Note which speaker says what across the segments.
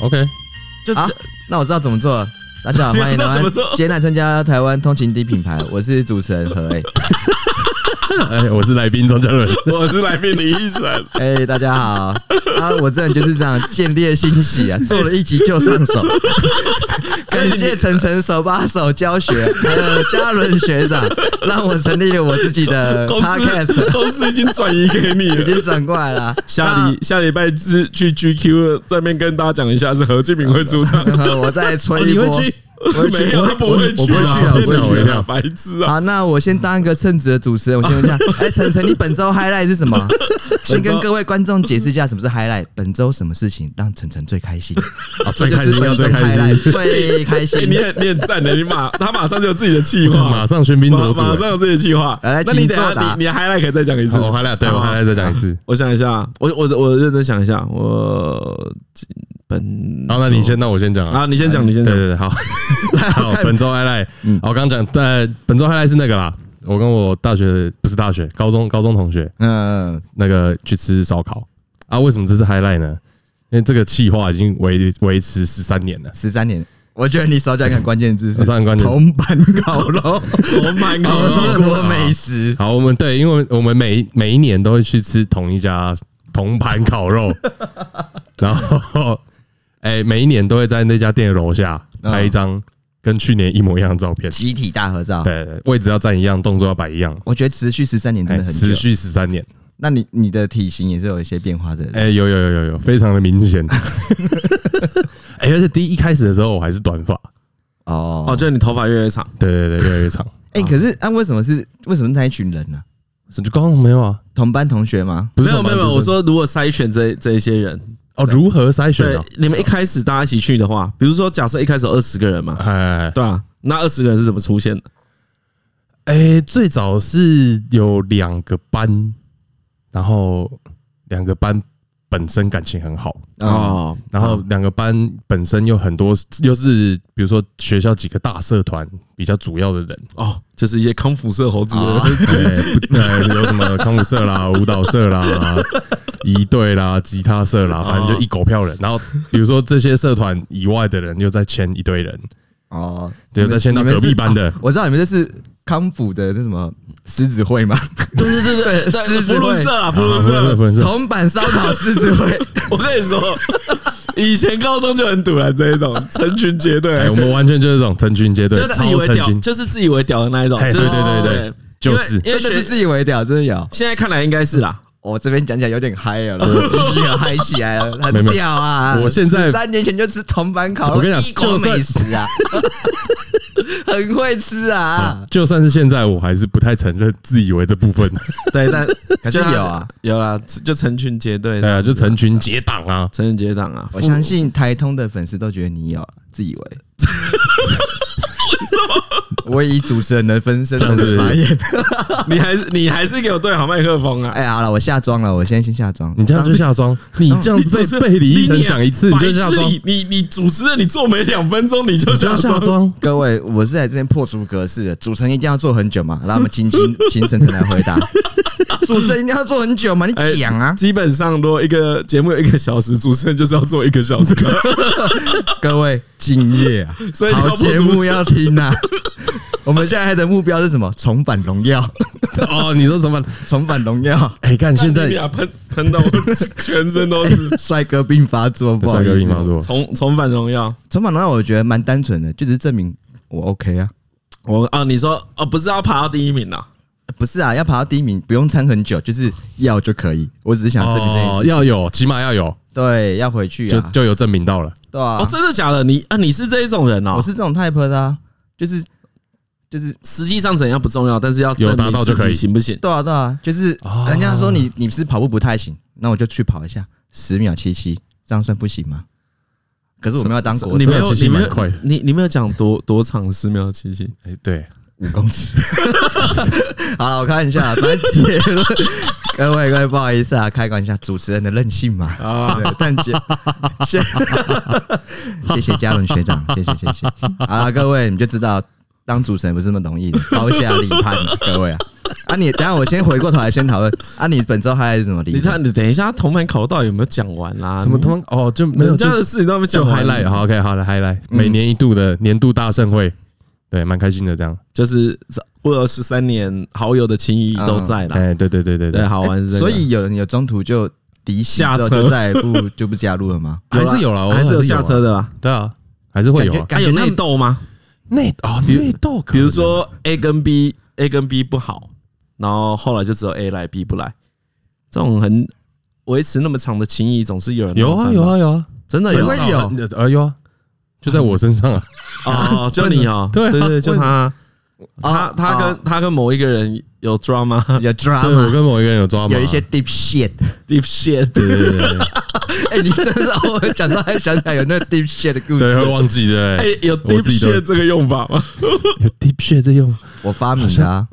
Speaker 1: OK，
Speaker 2: 就
Speaker 3: 好
Speaker 2: 这
Speaker 3: 啊那我知道怎么做了。大家 好，
Speaker 2: 你
Speaker 3: 欢迎
Speaker 2: 知道
Speaker 3: 台
Speaker 2: 怎么
Speaker 3: 湾
Speaker 2: 做
Speaker 3: 接纳参加台湾通勤第一品牌，我是主持人 何诶。
Speaker 1: 哎，我是来宾张嘉伦，
Speaker 2: 我是来宾李医生，
Speaker 3: 哎、大家好啊！我这人就是这样见猎欣喜 啊，做了一集就上手。感谢晨晨手把手教学，还有嘉伦学 长，让我成立了我自己的
Speaker 2: 公司
Speaker 3: 呃 podcast，
Speaker 2: 公司已经转移给你
Speaker 3: 已
Speaker 2: 了。
Speaker 3: 经转过来了。
Speaker 2: 下礼下礼拜是去 GQ 了这边跟大家讲一下是何志明会出 场，
Speaker 3: 呃我再
Speaker 2: 哦
Speaker 3: 吹
Speaker 2: 你
Speaker 3: 一
Speaker 2: 会
Speaker 3: 波。
Speaker 2: 去？
Speaker 3: 我会去
Speaker 2: 没有，
Speaker 3: 我
Speaker 2: 他不会
Speaker 3: 我
Speaker 2: 去
Speaker 3: 不会去
Speaker 2: 啊，
Speaker 3: 啊我不会
Speaker 2: 吓我
Speaker 1: 去啊
Speaker 2: 一跳白痴啊！
Speaker 3: 好，那我先当一个称职的主持人，我先问一 下，哎、晨晨，你本周 highlight 是什么？先跟各位观众解释一下什么是 highlight，本周什么事情让晨晨最开心？
Speaker 1: 啊，
Speaker 3: 这
Speaker 1: 最
Speaker 3: 就
Speaker 1: 开
Speaker 3: 是
Speaker 1: 心要
Speaker 3: 本周
Speaker 1: 最开
Speaker 3: highlight
Speaker 1: 心，
Speaker 3: 最开
Speaker 2: 哎，
Speaker 3: 心
Speaker 2: 你。很你很赞的，你马他马上就有自己的计划，
Speaker 1: 马上喧宾
Speaker 2: 马
Speaker 1: 夺主。
Speaker 2: 马上有自己的计划。
Speaker 3: 来
Speaker 2: 那你
Speaker 3: 请
Speaker 2: 等一
Speaker 3: 作
Speaker 2: 下
Speaker 3: 答
Speaker 2: 你你 highlight 可以再讲一次
Speaker 1: 好，哦我还来，对我还来再讲一次。
Speaker 2: 我想一下，我我我认真想一下，我本
Speaker 1: 好，那你先，那我先讲啊。
Speaker 2: 啊，你先讲，你先
Speaker 1: 对
Speaker 2: 讲。
Speaker 1: 哦对对，好，好，本周 highlight，
Speaker 3: 嗯
Speaker 1: 好我刚刚讲，在本周 highlight 是那个啦，我跟我大学不是大学，高中高中同学
Speaker 3: 嗯，
Speaker 1: 那个去吃烧烤啊。为什么这是 highlight 呢？因为这个计划已经维维持十三年了，
Speaker 3: 十三年，我觉得你少讲一个关键字是
Speaker 1: 13关键字
Speaker 3: 铜板烤 肉，
Speaker 2: Oh my
Speaker 3: 中
Speaker 2: god！
Speaker 3: 国美食。
Speaker 1: 好，我们对，因为我们每每一年都会去吃同一家铜盘烤 肉，然后哎、每一年都会在那家店的楼下拍一张跟去年一模一样的照片。
Speaker 3: 集体大合照，
Speaker 1: 对，位置要站一样，动作要摆一样，
Speaker 3: 我觉得持续十三年真
Speaker 1: 哎
Speaker 3: 的很久
Speaker 1: 持。续十三年，
Speaker 3: 那你你的体型也是有一些变化的，
Speaker 1: 哎、有有有有有，非常的明 显。哎、而且第一开始的时候我还是短发，
Speaker 3: 哦
Speaker 2: 哦，就是你头发越来越长，
Speaker 1: 对对对，越来越 长。
Speaker 3: 哎、可是啊，为什么是为什么是那一群人呢、
Speaker 1: 就刚刚没有啊，
Speaker 3: 同班同学吗？
Speaker 1: 不是
Speaker 2: 没有没
Speaker 1: 同班
Speaker 2: 有，没有
Speaker 1: 不
Speaker 2: 我
Speaker 1: 是
Speaker 2: 说如果筛选这这一些人，
Speaker 1: 哦，如何筛选
Speaker 2: 对
Speaker 1: 啊？，
Speaker 2: 你们一开始大家一起去的话，比如说假设一开始有二十个人嘛，
Speaker 1: 哎哎，哎
Speaker 2: 对啊，那二十个人是怎么出现的？
Speaker 1: 诶，最早是有两个班，然后两个班本身感情很好，
Speaker 3: 哦，
Speaker 2: 哦，
Speaker 1: 然后两个班本身有很多，又是比如说学校几个大社团比较主要的人，
Speaker 2: 哦，就是一些康复社猴子 的
Speaker 3: 哦
Speaker 1: 对，不对，有什么康舞社啦、舞蹈 社啦、仪队啦、吉他社
Speaker 2: 哦
Speaker 1: 啦，反正就一狗票人。然后比如说这些社团以外的人又再签一堆人，
Speaker 3: 哦，
Speaker 1: 对，
Speaker 3: 你们
Speaker 1: 再签到
Speaker 3: 你们
Speaker 1: 隔
Speaker 3: 是
Speaker 1: 壁班的
Speaker 3: 哦。我知道你们这是康复的这什么狮子会吗？对对对对，狮
Speaker 2: 福
Speaker 3: 子
Speaker 2: 伦
Speaker 3: 会
Speaker 2: 社啊，福
Speaker 1: 啊
Speaker 2: 伦
Speaker 1: 不是
Speaker 2: 社，
Speaker 1: 不是，
Speaker 3: 铜板烧烤狮子会，
Speaker 2: 我跟你说，以前高中就很堵了这一种成群结
Speaker 1: 哎，
Speaker 2: 队
Speaker 1: 我，们完全就是这种成群结队
Speaker 2: 就，是自以为
Speaker 1: 超成
Speaker 2: 屌，
Speaker 1: 群
Speaker 2: 就是自以为屌的那一种，
Speaker 1: 嘿
Speaker 2: 就是
Speaker 1: 对对对对就是
Speaker 2: 因为因
Speaker 3: 真的
Speaker 2: 为
Speaker 3: 是
Speaker 2: 学
Speaker 3: 自以为屌，真的有。
Speaker 2: 现在看来应该是啦，
Speaker 3: 我这边讲起来有点嗨啊了，我必须要嗨起来了，
Speaker 1: 呃
Speaker 3: 很
Speaker 1: 没有没有
Speaker 3: 屌啊！
Speaker 1: 我现在
Speaker 3: 三年前就吃铜板烤肉，
Speaker 1: 我跟你讲
Speaker 3: 异国
Speaker 1: 就算
Speaker 3: 美食 啊，很会吃啊。
Speaker 1: 就算是现在，我还是不太承认自以为这 部分。
Speaker 2: 对，但
Speaker 3: 可是有啊，
Speaker 2: 有啦，就成群结队
Speaker 1: 对
Speaker 2: 的，
Speaker 1: 啊，就成群结党啊，
Speaker 2: 成群结党啊。
Speaker 3: 我相信台通的粉丝都觉得你有自以为。 我以主持人的分身
Speaker 1: 这样
Speaker 3: 份
Speaker 1: 子
Speaker 3: 发言。
Speaker 2: 你还是你还是给我对好麦克风啊！
Speaker 3: 哎，好了，我下妆了，我现在先下妆。
Speaker 1: 你这样就下庄，你这样被被李依晨讲一次，你就下
Speaker 2: 白
Speaker 1: 庄
Speaker 2: 痴，你你你主持人，你做没两分钟你就
Speaker 1: 你
Speaker 2: 下
Speaker 1: 就要下
Speaker 2: 装，
Speaker 1: 庄。
Speaker 3: 各位，我是来这边破除格式的，主持人一定要做很久嘛，让我们请 请请晨晨来回答。主持人一定要做很久嘛，你
Speaker 2: 哎
Speaker 3: 讲 啊！
Speaker 2: 基本上，如果一个节目有一个小时，主持人就是要做一个小时，
Speaker 3: 各位敬业啊，
Speaker 2: 所以你要
Speaker 3: 好
Speaker 2: 破除
Speaker 3: 节目要听啊。我们现在的目标是什么？重返荣 耀，
Speaker 1: 哦，你说怎么？
Speaker 3: 重返荣耀，
Speaker 1: 哎，看 现
Speaker 2: 你
Speaker 1: 在
Speaker 2: 俩喷喷到我全身都 是。
Speaker 3: 帅哥病发作，不好
Speaker 1: 帅
Speaker 3: 意
Speaker 1: 哥
Speaker 3: 思
Speaker 1: 硬发作，
Speaker 2: 重重返荣耀，
Speaker 3: 重返荣耀，我觉得蛮单纯的，就只是证明我 OK 啊。
Speaker 2: 我啊，你说哦，不是要爬到第一名啊？
Speaker 3: 不是啊，要爬到第一名不用撑很久，就是要就可以。我只是想证明这件事
Speaker 1: 哦，
Speaker 3: 情。
Speaker 1: 要有，起码要有，
Speaker 3: 对，要回去
Speaker 1: 就
Speaker 3: 啊，
Speaker 1: 就有证明到了。
Speaker 3: 对啊。
Speaker 2: 哦，真的假的？你啊，你是这一种人哦。
Speaker 3: 我是这种 type 的、啊，就是就是
Speaker 2: 实际上怎样不重要，但是要
Speaker 1: 有
Speaker 2: 证
Speaker 1: 达
Speaker 2: 明
Speaker 1: 到
Speaker 2: 自
Speaker 1: 就可
Speaker 2: 己
Speaker 1: 以
Speaker 2: 行不行？
Speaker 3: 对啊对啊，就是
Speaker 1: 哦
Speaker 3: 人家说你你是跑步不太行，那我就去跑一下十秒七七，这样算不行吗？可是我们要当国
Speaker 2: 你
Speaker 3: 手
Speaker 2: 没有，
Speaker 1: 其实
Speaker 2: 你没
Speaker 1: 蛮快
Speaker 2: 有
Speaker 1: 的，
Speaker 2: 你你没有讲多多长十秒七七，
Speaker 1: 哎，对，
Speaker 3: 五公尺。 好了，我开玩笑啦，反正结论，各位各位不好意思啊，开玩笑，主持人的任性嘛。啊，但结 谢谢谢嘉伦 学长，谢谢谢谢。 好了，各位你们就知道当主持人不是那么容易的，高下立判，各位啊。啊你，等一下我先回过头来先讨论啊，你本周还是怎么离？
Speaker 2: 你看，你等一下，铜板烤到有没有讲完啦、
Speaker 1: 什么他妈哦，就没有
Speaker 2: 人家
Speaker 1: 就
Speaker 2: 的事情都没
Speaker 1: 就
Speaker 2: 讲完
Speaker 1: highlight 好 OK 好的 highlight，每年一度的年度大盛会，对，蛮开心的这样。
Speaker 2: 就是过了十三年，好友的情谊都在啦。哎
Speaker 1: 哎，对对对对
Speaker 2: 嗯对，
Speaker 1: 对，
Speaker 2: 好玩是这个
Speaker 3: 所以有人有中途就离席
Speaker 2: 下
Speaker 3: 之后
Speaker 2: 车
Speaker 3: 就再也不就不加入了吗？
Speaker 1: 还是有啦，我
Speaker 2: 还是有
Speaker 1: 啊
Speaker 2: 下车，的啊。
Speaker 1: 对啊，还是会有啊。
Speaker 3: 感
Speaker 2: 还
Speaker 3: 觉
Speaker 2: 有
Speaker 3: 那
Speaker 2: 内斗吗？
Speaker 1: 内哦内斗可能，
Speaker 2: 比如说 A 跟 B，A 跟 B 不好，然后后来就只有 A 来 B 不来，这种很维持那么长的情谊，总是有人
Speaker 1: 有
Speaker 2: 麻烦
Speaker 1: 啊
Speaker 2: 吧
Speaker 1: 有，啊有啊，
Speaker 2: 真的
Speaker 1: 很
Speaker 2: 有
Speaker 3: 会
Speaker 1: 少
Speaker 3: 有
Speaker 1: 很呃有啊，就在我身上啊。
Speaker 2: 哦，就你哦，
Speaker 1: 对啊
Speaker 2: 对对，就他，他
Speaker 3: 啊哦
Speaker 2: 他跟他跟某一个人有 drama
Speaker 3: 有
Speaker 1: 对我
Speaker 3: drama，
Speaker 1: 跟某一个人有抓马，
Speaker 3: 啊有一些 deep shit。
Speaker 2: deep shit，
Speaker 1: 对对对对
Speaker 3: 哎，你真的让我讲到还想起来有那个 deep shit 的故
Speaker 1: 对会
Speaker 3: 事，
Speaker 1: 忘记的。
Speaker 2: 哎
Speaker 1: 对，
Speaker 2: 有
Speaker 1: 我
Speaker 2: deep
Speaker 1: 自己都
Speaker 2: shit 这个用法吗？
Speaker 1: 有 deep shit 在用，
Speaker 3: 我发明的啊，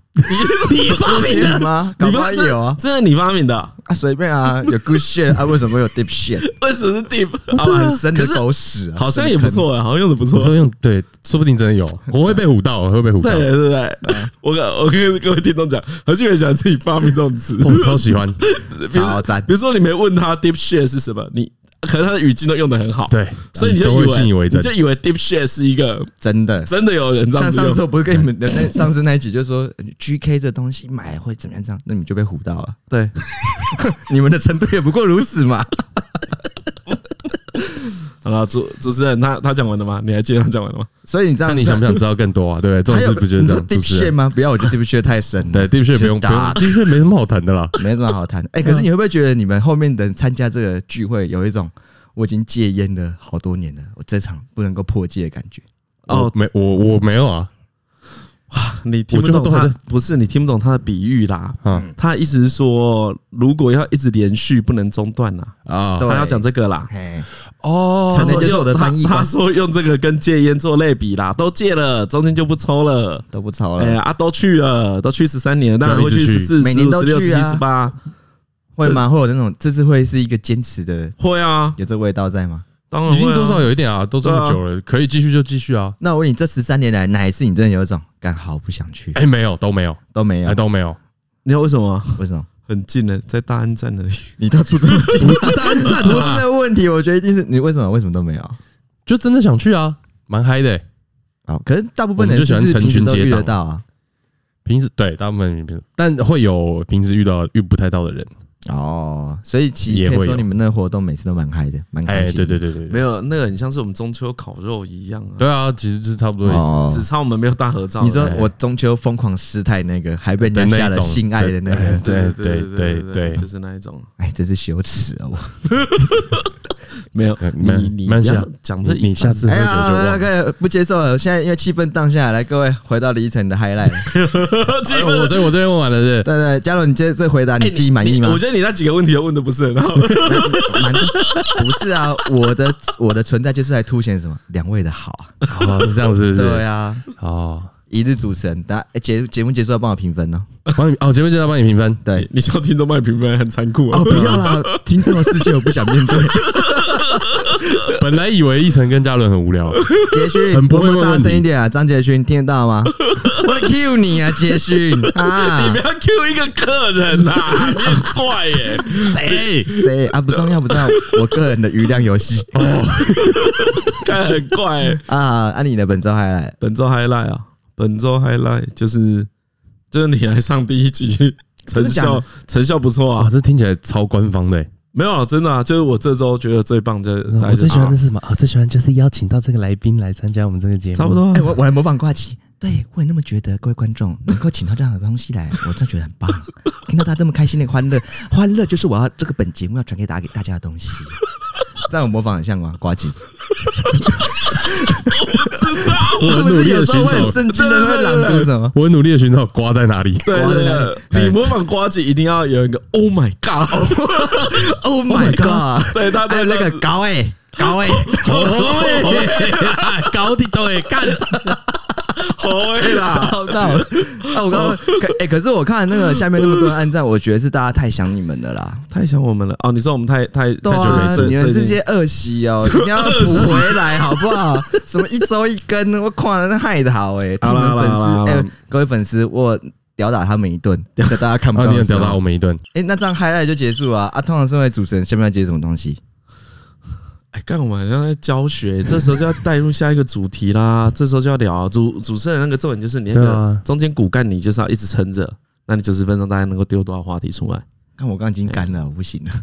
Speaker 2: 你发
Speaker 3: 不行？吗？搞
Speaker 2: 你
Speaker 3: 不好
Speaker 2: 发
Speaker 3: 有啊，
Speaker 2: 真的你发明的啊？
Speaker 3: 啊随便啊，有 good shit 啊，为什么会有 deep shit？
Speaker 2: 为什么是 deep？好
Speaker 3: 啊，
Speaker 2: 吧
Speaker 3: 很深的狗屎啊，
Speaker 2: 好像也不错啊，好像用的不
Speaker 1: 我
Speaker 2: 错。
Speaker 1: 说用对，说不定真的有，我会被唬到，我会被唬到哦
Speaker 2: 对，对对对， 我跟我跟各位听众讲，何俊远喜欢自己发明这种词，
Speaker 1: 我超喜欢。
Speaker 2: 比如
Speaker 3: 超赞
Speaker 2: 比如说你没问他 deep shit 是什么，你可能他的语境都用的很好，
Speaker 1: 对，
Speaker 2: 所以你
Speaker 1: 都
Speaker 2: 就
Speaker 1: 会
Speaker 2: 以
Speaker 1: 信以为
Speaker 2: 为
Speaker 1: 真
Speaker 2: 你。就以为 deep shit 是一个
Speaker 3: 真的。
Speaker 2: 真的有人这样
Speaker 3: 像
Speaker 2: 子
Speaker 3: 上次
Speaker 2: 用。
Speaker 3: 我不是跟你们的那上次那一集就说哎 G K 这东西买会怎么样？这样，那你就被唬到了。
Speaker 2: 对，
Speaker 3: 你们的程度也不过如此嘛。
Speaker 2: 好了，主主持人他他讲完了吗？你还记得他讲完了吗？
Speaker 3: 所以你这
Speaker 1: 那
Speaker 3: 样，
Speaker 1: 你想不想知道更多啊？对，这
Speaker 3: 还
Speaker 1: 种
Speaker 3: 有
Speaker 1: 事不就是这样？主
Speaker 3: deep
Speaker 1: 持
Speaker 3: shit
Speaker 1: 人
Speaker 3: 吗？不要，我觉得 deep shit 太深了。
Speaker 1: 对 deep shit 不用不用
Speaker 3: 打
Speaker 1: ，deep shit 没什么好谈的啦。
Speaker 3: 没什么好谈。哎、可是你会不会觉得你们后面的人参加这个聚会有一种我已经戒烟了好多年了，我这场不能够破戒的感觉？
Speaker 2: 哦
Speaker 1: 哦，没我我没有啊，
Speaker 2: 你听不
Speaker 1: 我觉
Speaker 2: 懂
Speaker 1: 得都还
Speaker 2: 他
Speaker 1: 在，
Speaker 2: 不是你听不懂他的比喻啦。
Speaker 1: 啊
Speaker 2: 他意思是说，如果要一直连续，不能中断啦。
Speaker 1: 啊
Speaker 3: 对
Speaker 2: 他要讲这个啦。
Speaker 3: 嘿，
Speaker 1: 哦
Speaker 3: 才能就是我的翻译
Speaker 2: 他
Speaker 3: 官
Speaker 2: 他说用这个跟戒烟做类比啦，都戒了，中间就不抽了。
Speaker 3: 都不抽了，
Speaker 2: 哎呀啊，都去了，都去十三年了，当然会
Speaker 1: 就
Speaker 2: 去
Speaker 1: 一直
Speaker 2: 十
Speaker 1: 去
Speaker 2: 四、
Speaker 3: 每
Speaker 2: 十
Speaker 3: 年
Speaker 2: 五、
Speaker 3: 都
Speaker 2: 十六、十
Speaker 3: 去
Speaker 2: 七、
Speaker 3: 啊
Speaker 2: 十八，
Speaker 3: 会吗？会有那种这次会是一个坚持的，
Speaker 2: 会啊，
Speaker 3: 有这味道在吗？
Speaker 2: 当然
Speaker 1: 已经
Speaker 2: 会啊
Speaker 1: 多少有一点啊，都这
Speaker 2: 对
Speaker 1: 么
Speaker 2: 啊
Speaker 1: 久了，可以继续就继续啊。
Speaker 3: 那我问你，这十三年来哪一次你真的有一种干好不想去
Speaker 1: 哎，没有都没有，
Speaker 3: 都没有
Speaker 1: 哎？都没有，
Speaker 2: 你知道为什么吗？
Speaker 3: 为什么？
Speaker 2: 很近的，在大安站那里。
Speaker 3: 你到处这么近，不是
Speaker 1: 单站
Speaker 3: 这个问题，我觉得一定是你为什么为什么都没有？
Speaker 1: 就真的想去啊，蛮嗨的欸。
Speaker 3: 哦，可是大部分
Speaker 1: 我们
Speaker 3: 人
Speaker 1: 就是
Speaker 3: 不是
Speaker 1: 喜欢成
Speaker 3: 平时
Speaker 1: 群
Speaker 3: 都
Speaker 1: 结
Speaker 3: 遇得
Speaker 1: 党
Speaker 3: 到啊？
Speaker 1: 平时对大部分人平时，但会有平时遇到遇不太到的人。
Speaker 3: 哦，所以其实
Speaker 1: 也
Speaker 3: 可以
Speaker 1: 会
Speaker 3: 说
Speaker 1: 有
Speaker 3: 你们那个活动每次都蛮嗨的，蛮开
Speaker 1: 哎，
Speaker 3: 心。
Speaker 1: 对对对对
Speaker 2: 没
Speaker 1: 对，
Speaker 2: 有，那个很像是我们中秋烤肉一样啊，
Speaker 1: 对啊，其实是差不多意思。
Speaker 3: 哦
Speaker 2: 只差我们没有大合照而已。
Speaker 3: 你说我中秋疯狂失态那个，还被人家
Speaker 1: 的那
Speaker 3: 下
Speaker 1: 一
Speaker 3: 了
Speaker 1: 种
Speaker 3: 性爱的那
Speaker 1: 对
Speaker 3: 个，
Speaker 2: 对
Speaker 1: 对
Speaker 2: 对
Speaker 1: 对
Speaker 2: 对
Speaker 1: 对
Speaker 2: 就是那一种。
Speaker 3: 哎，真是羞耻 啊！我
Speaker 2: 没有，
Speaker 1: 呃没有
Speaker 2: 你你
Speaker 1: 没关
Speaker 2: 不
Speaker 1: 系啊
Speaker 2: 要讲这
Speaker 1: 你你下次喝
Speaker 3: 哎
Speaker 1: 酒就
Speaker 3: 呀，那
Speaker 1: 忘。
Speaker 3: 个不接受了。现在因为气氛荡下来，来各位回到李依晨 的 highlight。
Speaker 1: 哎我所以我这边问完了是
Speaker 3: 对对，嘉伦，你这这回答你自己满意 吗
Speaker 2: 我？觉得你那几个问题都问的不是很好。
Speaker 3: 满意？不是啊，我的我的存在就是来凸显什么两位的好啊。
Speaker 1: 不是，哦是这样是不
Speaker 3: 对
Speaker 1: 是？
Speaker 3: 啊，
Speaker 1: 哦，
Speaker 3: 一日主持人，大家哎节节目结束要帮我评分哦。
Speaker 1: 帮你哦，前面就要帮你评分。
Speaker 3: 对，
Speaker 2: 你叫听众帮你评分很残酷啊
Speaker 3: 哦，！不要啦，听众的世界我不想面对。
Speaker 1: 本来以为一晨跟嘉伦很无聊，
Speaker 3: 杰勋，
Speaker 1: 很不
Speaker 3: 我
Speaker 1: 会
Speaker 3: 们
Speaker 1: 问
Speaker 3: 大
Speaker 1: 问题
Speaker 3: 声一点啊！张杰勋，听得到 吗？我 Q 你啊，杰勋
Speaker 2: 你
Speaker 3: 啊
Speaker 2: 不！要 Q 一个客人呐，你很怪耶！
Speaker 1: 谁？
Speaker 3: 谁啊？不重要，不重要。我个人的余量游 戏
Speaker 2: 看很怪耶。
Speaker 3: 啊，按你的本周还来
Speaker 2: 本周 highlight 啊，本周 highlight 就是就是你来上第一集，成
Speaker 3: 真的假的
Speaker 2: 效成效不错
Speaker 1: 哇，
Speaker 2: 啊。
Speaker 1: 哦这听起来超官方的欸。
Speaker 2: 没有啊，真的啊，就是我这周觉得哦最棒就是
Speaker 1: 哦我最喜欢的
Speaker 2: 是
Speaker 1: 是什啊么？我最喜欢就是邀请到这个来宾来参加我们这个节目，
Speaker 2: 差不。多啊
Speaker 3: 哎、。我我来模仿挂机。对，我也那么觉得，各位观众能够请到这样的东西来， 我真的觉得很棒。听到他这么开心的欢乐， 欢乐就是我要这个本节目要传给大家给大家的东西。 这样我模仿很像吗？挂机，
Speaker 1: 我
Speaker 3: 不
Speaker 1: 很努
Speaker 3: 是
Speaker 1: 力
Speaker 3: 有
Speaker 1: 的
Speaker 3: 时
Speaker 1: 寻
Speaker 3: 候会很
Speaker 1: 找，
Speaker 3: 震惊的会朗读什么？
Speaker 1: 我很努力的寻找瓜在哪里。
Speaker 2: 对
Speaker 3: 瓜在
Speaker 2: 对
Speaker 3: 哪
Speaker 2: 对，你模仿瓜姐一定要有一个 Oh my God，
Speaker 3: Oh my god！
Speaker 2: 对他
Speaker 3: 还有
Speaker 2: 的
Speaker 3: 那个高哎、高 哎、
Speaker 1: 搞定对，干
Speaker 2: 头哎 啦，
Speaker 3: 找到了。啊，我刚刚可哎、可是我看那个下面那么多人按赞，我觉得是大家太想你们了啦。
Speaker 2: 太想我们了哦！你说我们太太
Speaker 3: 对
Speaker 2: 太久
Speaker 3: 啊
Speaker 2: 没，追
Speaker 3: 你们这
Speaker 2: 最近
Speaker 3: 些恶习 哦，一定要补回来好不好？什么一周一根，我看了那害得好哎、欸，
Speaker 2: 好啦
Speaker 3: 听我们
Speaker 2: 好啦好啦好
Speaker 3: 粉丝哎、
Speaker 2: 啦
Speaker 3: 各位粉丝，我屌打他们一 顿，在大家看不
Speaker 1: 然
Speaker 2: 哦
Speaker 3: 到
Speaker 1: 啊后你
Speaker 3: 的
Speaker 1: 很
Speaker 3: 时
Speaker 1: 屌
Speaker 3: 候。
Speaker 1: 打我们一顿，
Speaker 3: 哎、那这样 highlight 就结束了啊！啊通常身为主持人，下面要接什么东西？
Speaker 2: 哎，干我们好像在教学，这时候就要带入下一个主题 啦。这时候就要聊啊、主主持人那个重点就是你那
Speaker 1: 对
Speaker 2: 个
Speaker 1: 啊
Speaker 2: 中间骨干，你就是要一直撑着。那你九十分钟大概能够丢多少话题出来？
Speaker 3: 看我刚刚已经干了，我不行了。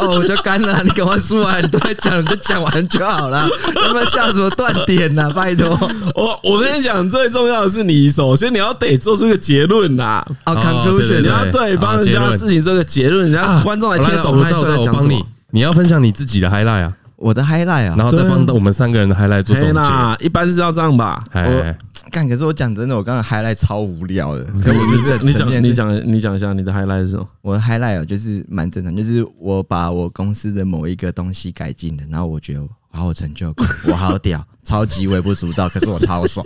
Speaker 3: 哦，我就干了，你赶快出来，你都在讲，你就讲完就好了，他妈下什么断点呐、拜托！
Speaker 2: 我哦我跟你讲，最重要的是你首先你要得做出一个结论啦。
Speaker 3: 啊、c
Speaker 1: 哦
Speaker 3: o n c l u s i o
Speaker 1: 对
Speaker 3: n
Speaker 2: 你要对帮人家的事情做个结论，人家啊观众来听得懂
Speaker 1: 我
Speaker 2: 他
Speaker 1: 知道，
Speaker 2: 到底
Speaker 1: 啊我知道，
Speaker 2: 在
Speaker 1: 我
Speaker 2: 讲什
Speaker 1: 帮你
Speaker 2: 么。，
Speaker 1: 你要分享你自己的 highlight 啊，
Speaker 3: 我的 highlight
Speaker 1: 然
Speaker 3: 啊，
Speaker 1: 后再
Speaker 2: 对啊
Speaker 1: 帮我们三个人的 highlight 做总
Speaker 2: 嘿
Speaker 1: 结。
Speaker 2: 啦，一般是要这样吧。
Speaker 1: 哎，
Speaker 3: 干，可是我讲真的，我刚刚 highlight 超无聊的。可我就是很
Speaker 2: 你
Speaker 3: 承
Speaker 2: 讲，
Speaker 3: 认
Speaker 2: 你讲，你讲一下你的 highlight 是什么？
Speaker 3: 我的 highlight 哦就是蛮正常，就是我把我公司的某一个东西改进了，然后我觉得我好有成就感，我好屌，超级微不足道，可是我超爽，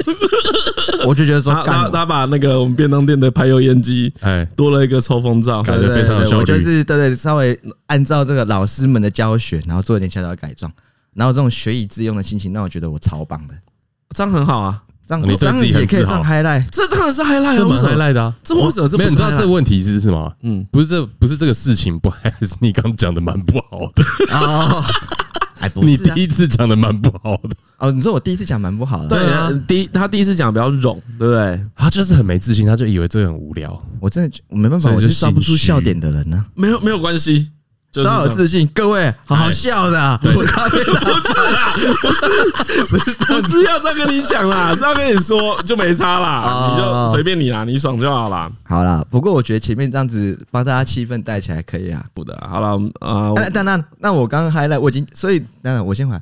Speaker 3: 我就觉得说
Speaker 2: 他
Speaker 3: 干
Speaker 2: 他他把那个我们便当店的排油烟机
Speaker 1: 哎，
Speaker 2: 多了一个抽风罩，
Speaker 1: 感觉非常有
Speaker 3: 对对
Speaker 1: 效
Speaker 3: 我就
Speaker 1: 率
Speaker 3: 是对对，稍微按照这个老师们的教学，然后做一点小小的改装，然后这种学以致用的心情，让我觉得我超棒的。
Speaker 2: 这样很好啊。
Speaker 3: 这样
Speaker 1: 哦你
Speaker 3: 这
Speaker 1: 对
Speaker 3: 样
Speaker 1: 自己
Speaker 3: 也
Speaker 1: 很
Speaker 3: 可以
Speaker 1: 自豪
Speaker 3: 上 highlight，
Speaker 2: 这当然是 highlight
Speaker 1: 这
Speaker 2: 啊，为
Speaker 1: 蛮
Speaker 2: 什么？
Speaker 1: highlight 的啊。
Speaker 2: 这为什么这
Speaker 1: 没
Speaker 2: 不是
Speaker 1: 有，你知道
Speaker 2: highlight？
Speaker 1: 这问题是什么？
Speaker 2: 嗯，
Speaker 1: 不是这不是这个事情不好，是你刚讲的蛮不好的。
Speaker 3: 哦，哎不
Speaker 1: 你
Speaker 3: 是啊
Speaker 1: 第一次讲的蛮不好的，
Speaker 3: 哦，你说我第一次讲蛮不好的，
Speaker 2: 对
Speaker 1: 对啊
Speaker 2: 啊，第一他第一次讲比较冗，对不对？
Speaker 1: 他就是很没自信，他就以为这个很无聊。
Speaker 2: 嗯
Speaker 3: 我真的觉我没办法，
Speaker 1: 所以
Speaker 3: 我
Speaker 1: 就是
Speaker 3: 抓不
Speaker 1: 心
Speaker 3: 出
Speaker 1: 虚
Speaker 3: 笑点的人呢。
Speaker 2: 没有没有关系，就是
Speaker 3: 都要
Speaker 2: 这
Speaker 3: 有
Speaker 2: 样
Speaker 3: 自信，各
Speaker 1: 哎
Speaker 3: 位好好笑的啊，我靠
Speaker 2: 不是要再跟你讲啦，是要跟你说就没差啦，
Speaker 3: 哦
Speaker 2: 你就随便你啦，你爽就好啦。
Speaker 3: 好啦，不过我觉得前面这样子帮大家气氛带起来可以啊。
Speaker 2: 不的，好了啊，我
Speaker 1: 哦
Speaker 3: 但但那那我刚刚 highlight 我已经，所以当然我先还，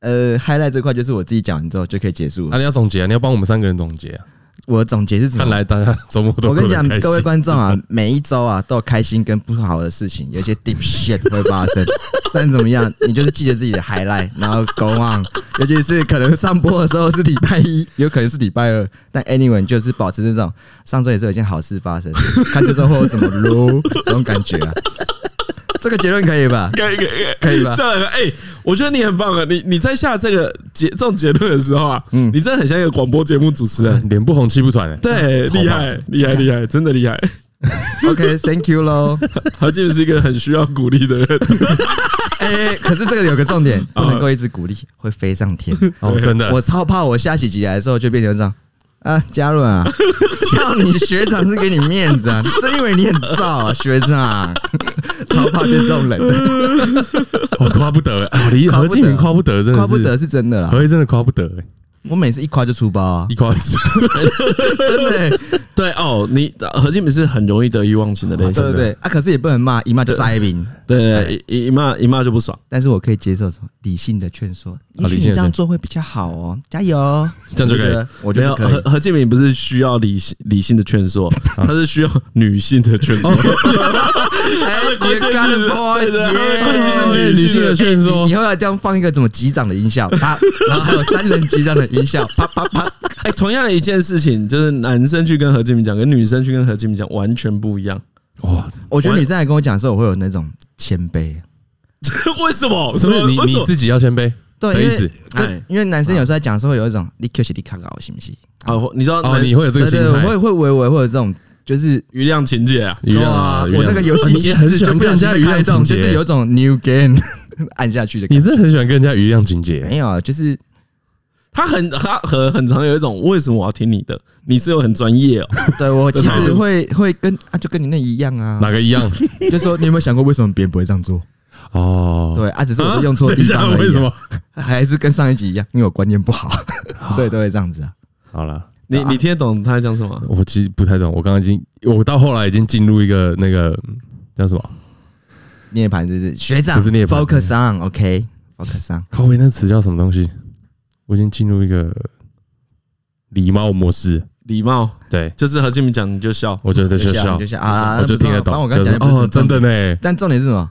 Speaker 3: 呃，highlight 这块就是我自己讲完之后就可以结束
Speaker 1: 那、
Speaker 3: 了。
Speaker 1: 你要总结、啊，你要帮我们三个人总结、啊。
Speaker 3: 我的总结是什
Speaker 2: 嗯
Speaker 1: 看
Speaker 3: 么？
Speaker 1: 来大家周末都
Speaker 3: 我跟你
Speaker 1: 过得
Speaker 3: 讲
Speaker 1: 很开，心
Speaker 3: 各位观众啊，每一周啊都有开心跟不好的事情，有一些 deep shit 会发生。 但怎么样，你就是记得自己的 highlight，然后 go on。尤其是可能上播的时候是礼拜一，有可能是礼拜二，但 anyway 你就是保持这种上周也是有一件好事发生，看这周会有什么喽这种感觉啊。这个结论可以吧？
Speaker 2: 可以可以
Speaker 3: 可以吧
Speaker 2: 下来吧，哎，我觉得你很棒啊，你你在下这个结这种结论的时候啊，
Speaker 3: 嗯
Speaker 2: 你真的很像一个广播节目主持人，
Speaker 1: 脸不红气不喘、欸，
Speaker 2: 对，
Speaker 1: 超棒
Speaker 2: 厉害厉害厉害，真的厉害，
Speaker 3: OK，Thank、you 喽。
Speaker 2: 何进是一个很需要鼓励的人，
Speaker 3: 哎、可是这个有个重 点，不能够一直鼓励，会飞上天。
Speaker 1: 哦，真 的，
Speaker 3: 我超怕我下几集来的时候就变成这样啊，嘉伦 啊，叫你学长是给你面子啊，真以为你很燥 啊，学长，超怕变这种人的，
Speaker 1: 我夸不得、欸，啊李
Speaker 3: 哦夸不
Speaker 1: 何
Speaker 3: 得
Speaker 1: 敬明夸不得，真的是
Speaker 3: 夸不得，是真的啦。
Speaker 1: 何一真的夸不得、欸，
Speaker 3: 我每次一夸就出包啊
Speaker 1: 一，夸
Speaker 3: 真的欸、
Speaker 2: 对哦，你何进明是很容易得意忘形的类
Speaker 3: 对
Speaker 2: 型
Speaker 3: 对
Speaker 2: 的，
Speaker 3: 对啊，可是也不能骂，一骂就塞饼。
Speaker 2: 对对，一一一骂一骂就不爽，
Speaker 3: 但是我可以接受什么理性的劝说，也许
Speaker 1: 啊理性
Speaker 3: 你
Speaker 1: 的
Speaker 3: 这样
Speaker 1: 劝
Speaker 3: 做会比较好哦，加油，
Speaker 1: 这样就可以
Speaker 3: 我觉得，我觉
Speaker 2: 没
Speaker 3: 得
Speaker 2: 有
Speaker 3: 可以
Speaker 2: 何。何建明不是需要理性理性的劝说，他是需要女性的劝说。
Speaker 3: 哎，
Speaker 2: 关键是
Speaker 3: 干了 boy，
Speaker 2: 对对他的
Speaker 3: 耶
Speaker 2: 关键是
Speaker 1: 女性的劝
Speaker 3: 你
Speaker 1: 说
Speaker 3: 以，后要这样放一个怎么击掌的音效，啪，然后还有三人击掌的音效，啪啪啪，
Speaker 2: 哎，同样的一件事情，就是男生去跟何建明讲，跟女生去跟何建明讲完全不一样。
Speaker 1: 哇，
Speaker 3: 我觉得女生来跟我讲的时候，我会有那种谦卑。
Speaker 2: 为什么？
Speaker 1: 是 不是你
Speaker 2: 为什
Speaker 1: 你
Speaker 2: 么
Speaker 1: 自己要谦卑？
Speaker 3: 对，
Speaker 1: 的
Speaker 3: 因
Speaker 1: 意思
Speaker 3: 为跟
Speaker 2: 哎
Speaker 3: 因为男生有时候在讲的时候会有一种你 Q 是你看我行不行？
Speaker 2: 哦，你知道
Speaker 1: 哦，
Speaker 2: 男
Speaker 1: 你会有这
Speaker 3: 对
Speaker 1: 个心
Speaker 3: 对，我
Speaker 1: 态
Speaker 3: 会。会微微会有这种，就是
Speaker 2: 余亮情节啊？
Speaker 1: 余亮
Speaker 3: 哇
Speaker 1: 啊，余
Speaker 3: 我
Speaker 1: 亮
Speaker 3: 那个游戏
Speaker 1: 你
Speaker 3: 机
Speaker 1: 也很
Speaker 3: 制
Speaker 1: 喜
Speaker 3: 就
Speaker 1: 欢
Speaker 3: 不
Speaker 1: 跟
Speaker 3: 小心
Speaker 1: 人家
Speaker 3: 被
Speaker 1: 余
Speaker 3: 开
Speaker 1: 亮
Speaker 3: 动，
Speaker 1: 情节，
Speaker 3: 就是有种 new game 按下去的感
Speaker 1: 你
Speaker 3: 觉。
Speaker 1: 真的很喜欢跟人家余亮情节，
Speaker 3: 没有，啊，就是
Speaker 2: 他很他很很常有一种为什么我要听你的？你是有很专业哦。
Speaker 3: 对我其
Speaker 1: 真
Speaker 3: 实
Speaker 1: 的
Speaker 3: 会会跟啊，就跟你那一样啊，
Speaker 1: 哪个 一样？
Speaker 3: 就说你有没有想过为什么别人不会这样做？
Speaker 1: 哦，
Speaker 3: 对啊，只是我是用错地
Speaker 1: 啊
Speaker 3: 方
Speaker 1: 等
Speaker 3: 而
Speaker 1: 一下为
Speaker 3: 已
Speaker 1: 什么
Speaker 3: 啊，？还是跟上一集一样，因为我观念不 好，所以都会这样子啊。
Speaker 1: 好了，
Speaker 2: 你你听得懂他在讲什么？
Speaker 1: 我其实不太懂，我刚刚已经，我到后来已经进入一个那个嗯叫什么？
Speaker 3: 涅槃就是学长，
Speaker 1: 不是涅槃
Speaker 3: focus on，OK，focus on。
Speaker 1: 靠背那词叫什么东西？我已经进入一个礼貌模式，
Speaker 2: 礼貌
Speaker 1: 对
Speaker 2: 就是何建明讲你就笑，
Speaker 1: 我觉得就
Speaker 2: 就
Speaker 1: 笑
Speaker 3: 你就，想啊，
Speaker 1: 哦我就听得懂。
Speaker 3: 帮我刚
Speaker 1: 就
Speaker 3: 讲
Speaker 1: 是
Speaker 3: 的不是
Speaker 1: 哦，真的
Speaker 3: 重点。
Speaker 1: 呢，
Speaker 3: 但重点是什么？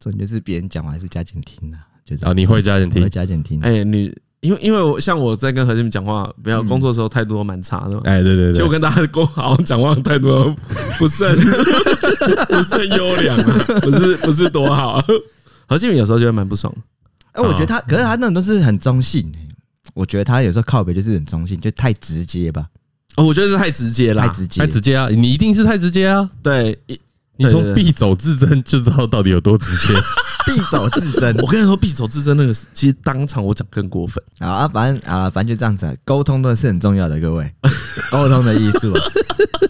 Speaker 3: 重点就是别人讲完还是加减听的，就这
Speaker 1: 啊，
Speaker 3: 样。
Speaker 1: 你会加点
Speaker 3: 我会
Speaker 1: 听，
Speaker 3: 加减听。
Speaker 2: 哎、你因为因为我像我在跟何建明讲话，不要
Speaker 3: 嗯
Speaker 2: 工作的时候态度都蛮差的嘛。
Speaker 1: 哎，对对
Speaker 2: 其实我跟
Speaker 1: 对，
Speaker 2: 大家沟好像讲话态度都不 甚不甚优良啊，不是不是多好。何建明有时候觉得蛮不爽，
Speaker 3: 哎，
Speaker 1: 哦
Speaker 3: 我觉得他，哎可是他那种都是很中性欸。我觉得他有时候靠北就是很中性，就太直接吧。
Speaker 2: 哦我觉得是太直接啦，
Speaker 3: 太直接
Speaker 1: 太，直接啊！你一定是太直接啊！
Speaker 2: 对，一
Speaker 1: 你
Speaker 2: 对
Speaker 1: 从
Speaker 2: 对对
Speaker 1: 匕首自珍就知道到底有多直 接。
Speaker 3: 必走自珍
Speaker 2: 我跟你说，匕首自珍那个，其实当场我讲更过分。
Speaker 3: 好啊，反正啊，反正就这样子啊，沟通都是很重要的，各位， 沟通的艺术啊，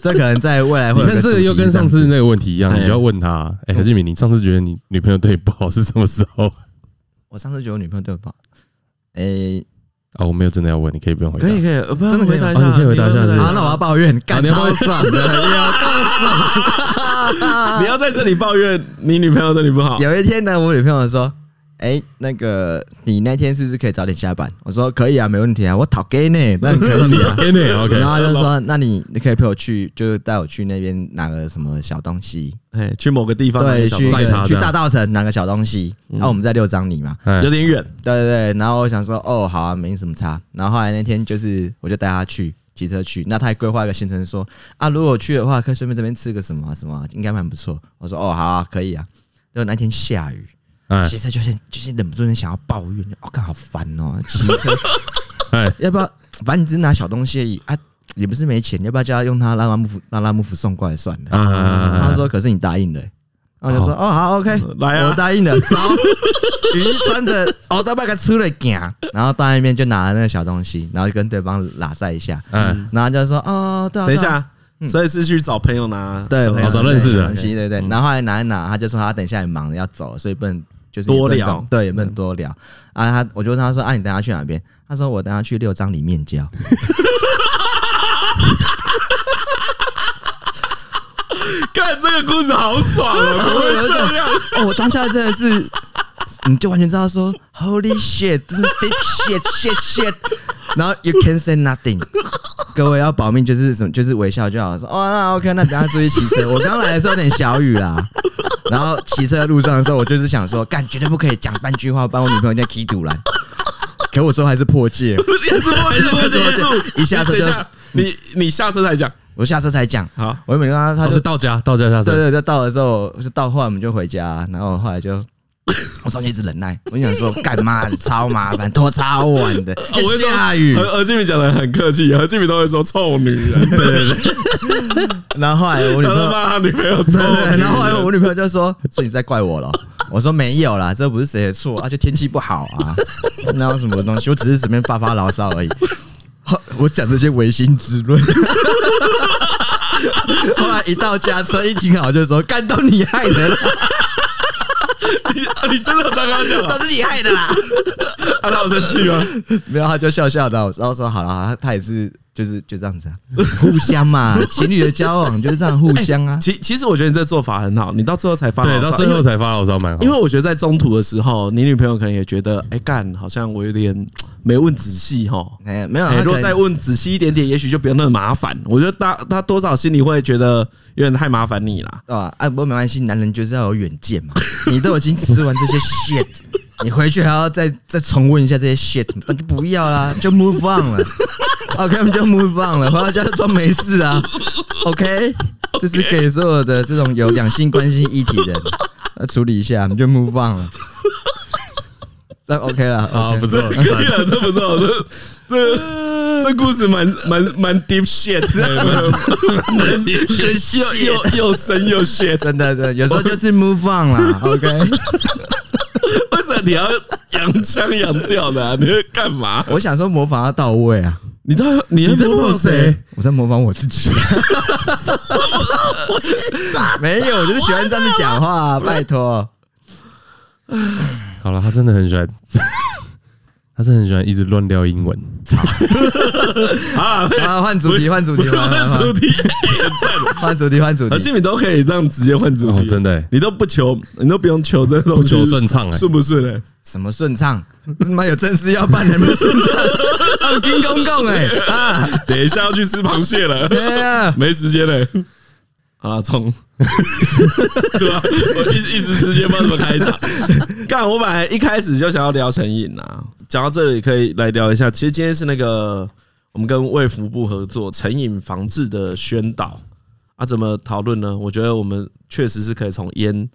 Speaker 3: 这可能在未来会有
Speaker 1: 你
Speaker 3: 个
Speaker 1: 看这
Speaker 3: 主
Speaker 1: 个
Speaker 3: 题
Speaker 1: 又跟上次
Speaker 3: 这样子
Speaker 1: 那个问题一样，
Speaker 2: 哎
Speaker 1: 你就要问他：哎，何俊敏，你上次觉得你女朋友对你不好是什么时候？
Speaker 3: 我上次觉得我女朋友对我不好，诶，
Speaker 1: 哦，我没有真的要问，你可以不用回答
Speaker 2: 可。以可以，呃不然
Speaker 3: 真的可以
Speaker 2: 回答一
Speaker 1: 吗哦
Speaker 2: 下，
Speaker 1: 你可以回答一下是不是
Speaker 3: 好，那我啊要抱怨，干
Speaker 1: 啊你要
Speaker 3: 超
Speaker 1: 抱怨哎
Speaker 3: 爽 的， 有够爽。
Speaker 2: 你要在这里抱怨你女朋友对你不好，
Speaker 3: 有一天呢，我女朋友说：“哎、那个你那天是不是可以早点下班？”我说：“可以啊，没问题啊，我讨 gay 呢，那可以啊。
Speaker 1: 给 你 OK，
Speaker 3: 然后她就说：“那你你可以陪我去，就是带我去那边拿个什么小东西，
Speaker 2: 哎，去某个地方
Speaker 3: 对，
Speaker 2: 小
Speaker 3: 去一
Speaker 1: 载她
Speaker 3: 个去
Speaker 1: 这样嗯
Speaker 3: 大道城拿个小东西。然后我们在六张里嘛，
Speaker 1: 哎
Speaker 2: 有点远，
Speaker 3: 对对对。然后我想说，哦，好啊，没什么差。然后后来那天就是，我就带她去骑车去，那她还规划一个行程说：啊，如果去的话，可以顺便这边吃个什么啊、什么啊、应该蛮不错。我说：哦，好啊，可以啊。结果那天下雨。”
Speaker 1: 哎
Speaker 3: 骑车就是就是忍不住很想要抱怨，哦，看好烦哦，骑车
Speaker 1: 哎，
Speaker 3: 要不要？反正你只是拿小东西而已啊，也不是没钱，要不要叫他用他拉拉幕府拉拉幕府送过来算了？
Speaker 1: 啊啊啊啊
Speaker 3: 他说：“可是你答应了、欸。”然后我就说：“哦，好，OK，
Speaker 2: 来啊
Speaker 3: 我 答应了。”走，雨衣穿着奥特曼给出来行，然后到那边就拿了那个小东西，然后就跟对方拉塞一下，
Speaker 1: 哎，
Speaker 2: 嗯
Speaker 3: 然后就说：“哦，对啊，
Speaker 2: 等一
Speaker 3: 对啊
Speaker 2: 下，所以是去找朋友拿啊
Speaker 3: 对，啊
Speaker 2: 小东
Speaker 3: 朋友
Speaker 2: 西，
Speaker 1: 找认识的
Speaker 3: 东西，对
Speaker 2: 嗯
Speaker 3: 对。然后后来拿一拿，他就说他等一下也忙要走，所以不能就是也不能
Speaker 2: 多聊嗯
Speaker 3: 懂对，也不能多聊。啊，他我就问他说啊，你等下去哪边？他说我等下去六张里面交。
Speaker 2: 看这个故事好爽 啊！怎么会这样？
Speaker 3: 哦，我当下真的是， 你就完全知道说 Holy shit，这是 deep shit shit shit，然后 you can say nothing。各位要保命，就是什么，就是微笑就好。说哦，那 OK，那等下注意骑车。我刚来的时候有点小雨啦，然后骑车的路上的时候，我就是想说，干绝对不可以讲半句话，不然我女朋友在踢堵了。可我最后还是破戒，
Speaker 2: 也是我，也是 我，也是我
Speaker 3: 一下车
Speaker 2: 等
Speaker 3: 就
Speaker 2: 一下，你你下车再讲。
Speaker 3: 我下车才讲。
Speaker 2: 好，哦
Speaker 3: 我原本跟他，他
Speaker 1: 他
Speaker 3: 就是
Speaker 1: 到家，到家下
Speaker 3: 对
Speaker 1: 车，
Speaker 3: 对，就到了之后，就到后来我们就回家，然后后来就 我中间一直忍耐，我就想 说干嘛超麻烦，拖超晚 的，
Speaker 2: 哦我会说
Speaker 3: 下雨
Speaker 2: 何。何俊明讲的很客气，何俊明都会说臭女人， 对对对，
Speaker 3: 然后后来我女
Speaker 2: 他
Speaker 3: 朋
Speaker 2: 都
Speaker 3: 友，
Speaker 2: 骂他女朋友臭
Speaker 3: 对对对
Speaker 2: 女人。
Speaker 3: 然后后来我女朋友就说：“所以你在怪我了？”我说：“没有啦，这不是谁的错，而且天气不好啊， 那有什么东西？我只是随便发发牢骚而已。后”我讲这些违心之论。 后来一到家，车一停好就说：“干都你害的啦，
Speaker 2: 你你真的刚刚讲啊，
Speaker 3: 都是你害的啦。”
Speaker 2: 啊 他有生气吗？
Speaker 3: 没有，他就笑笑的，啊然后说好了，他他也是就是就这样子、啊， 互相嘛，情侣的交往就是这样互相啊。
Speaker 2: 其其实我觉得你这做法很好，你到最后才发牢
Speaker 1: 对，
Speaker 2: 骚
Speaker 1: 到最
Speaker 2: 因为
Speaker 1: 后才发牢骚，蛮好
Speaker 2: 因。为我觉得在中途的时候，你女朋友可能也觉得，哎、干，好像我有点没问仔细哈。
Speaker 3: 哎，
Speaker 1: 啊
Speaker 3: 没有，
Speaker 2: 哎、
Speaker 3: 他
Speaker 2: 如
Speaker 3: 可
Speaker 2: 果再
Speaker 3: 能
Speaker 2: 问仔细一点点，也许就不用那么麻烦。我觉得大他多少心里会觉得有点太麻烦你啦。
Speaker 3: 对吧？哎，不过没关系，男人就是要有远见嘛。 你都已经吃完这些 shit，你 回去还要再再重温一下这些 shit，那就不要啦，就 move on 了。OK，我们就 move on 了，回到家就装没事啊。OK，这是给所有的这种有两性关系议题的人呃处理一下，我们就 move on 了。这样 OK 了
Speaker 1: 啊，不错，
Speaker 2: 可以了，这不错，这
Speaker 1: 嗯
Speaker 2: 这这故事蛮蛮蛮 deep shit，的，又又又深又 shit。
Speaker 3: 真的，真的，有时候就是 move on 啦，OK？
Speaker 2: 为什么你要洋腔洋调的、 啊？你会干嘛？
Speaker 3: 我想说模仿要到位啊，
Speaker 2: 你到你
Speaker 1: 你在模仿谁？
Speaker 3: 我在模仿我自己。没有，我就是喜欢这样子讲话、啊，拜托。
Speaker 1: 好了，他真的很喜欢，他真的很喜欢一直乱聊英文。
Speaker 2: 啊？
Speaker 3: 啊，换主题，换主题，
Speaker 2: 不要
Speaker 3: 换
Speaker 2: 换主
Speaker 3: 换
Speaker 2: 题，
Speaker 3: 换主题，换主
Speaker 2: 何
Speaker 3: 题。
Speaker 2: 俊敏都可以这样直接换主
Speaker 1: 哦
Speaker 2: 题，，
Speaker 1: 真的欸，
Speaker 2: 你都不求，你都不用求这种
Speaker 1: 不求顺畅哎，
Speaker 2: 顺不顺哎？
Speaker 3: 什么顺畅？他妈有正事要办，还没有顺畅？啊金公公哎啊！
Speaker 2: 等一下要去吃螃蟹了，
Speaker 3: 对啊，
Speaker 2: 没时间了。啊，冲！对吧？我一一时之间不知道怎么开场。干，我本来一开始就想要聊成瘾啊，讲到这里可以来聊一下。其实今天是那个我们跟卫福部合作成瘾防治的宣导啊，怎么讨论呢？我觉得我们确实是可以从烟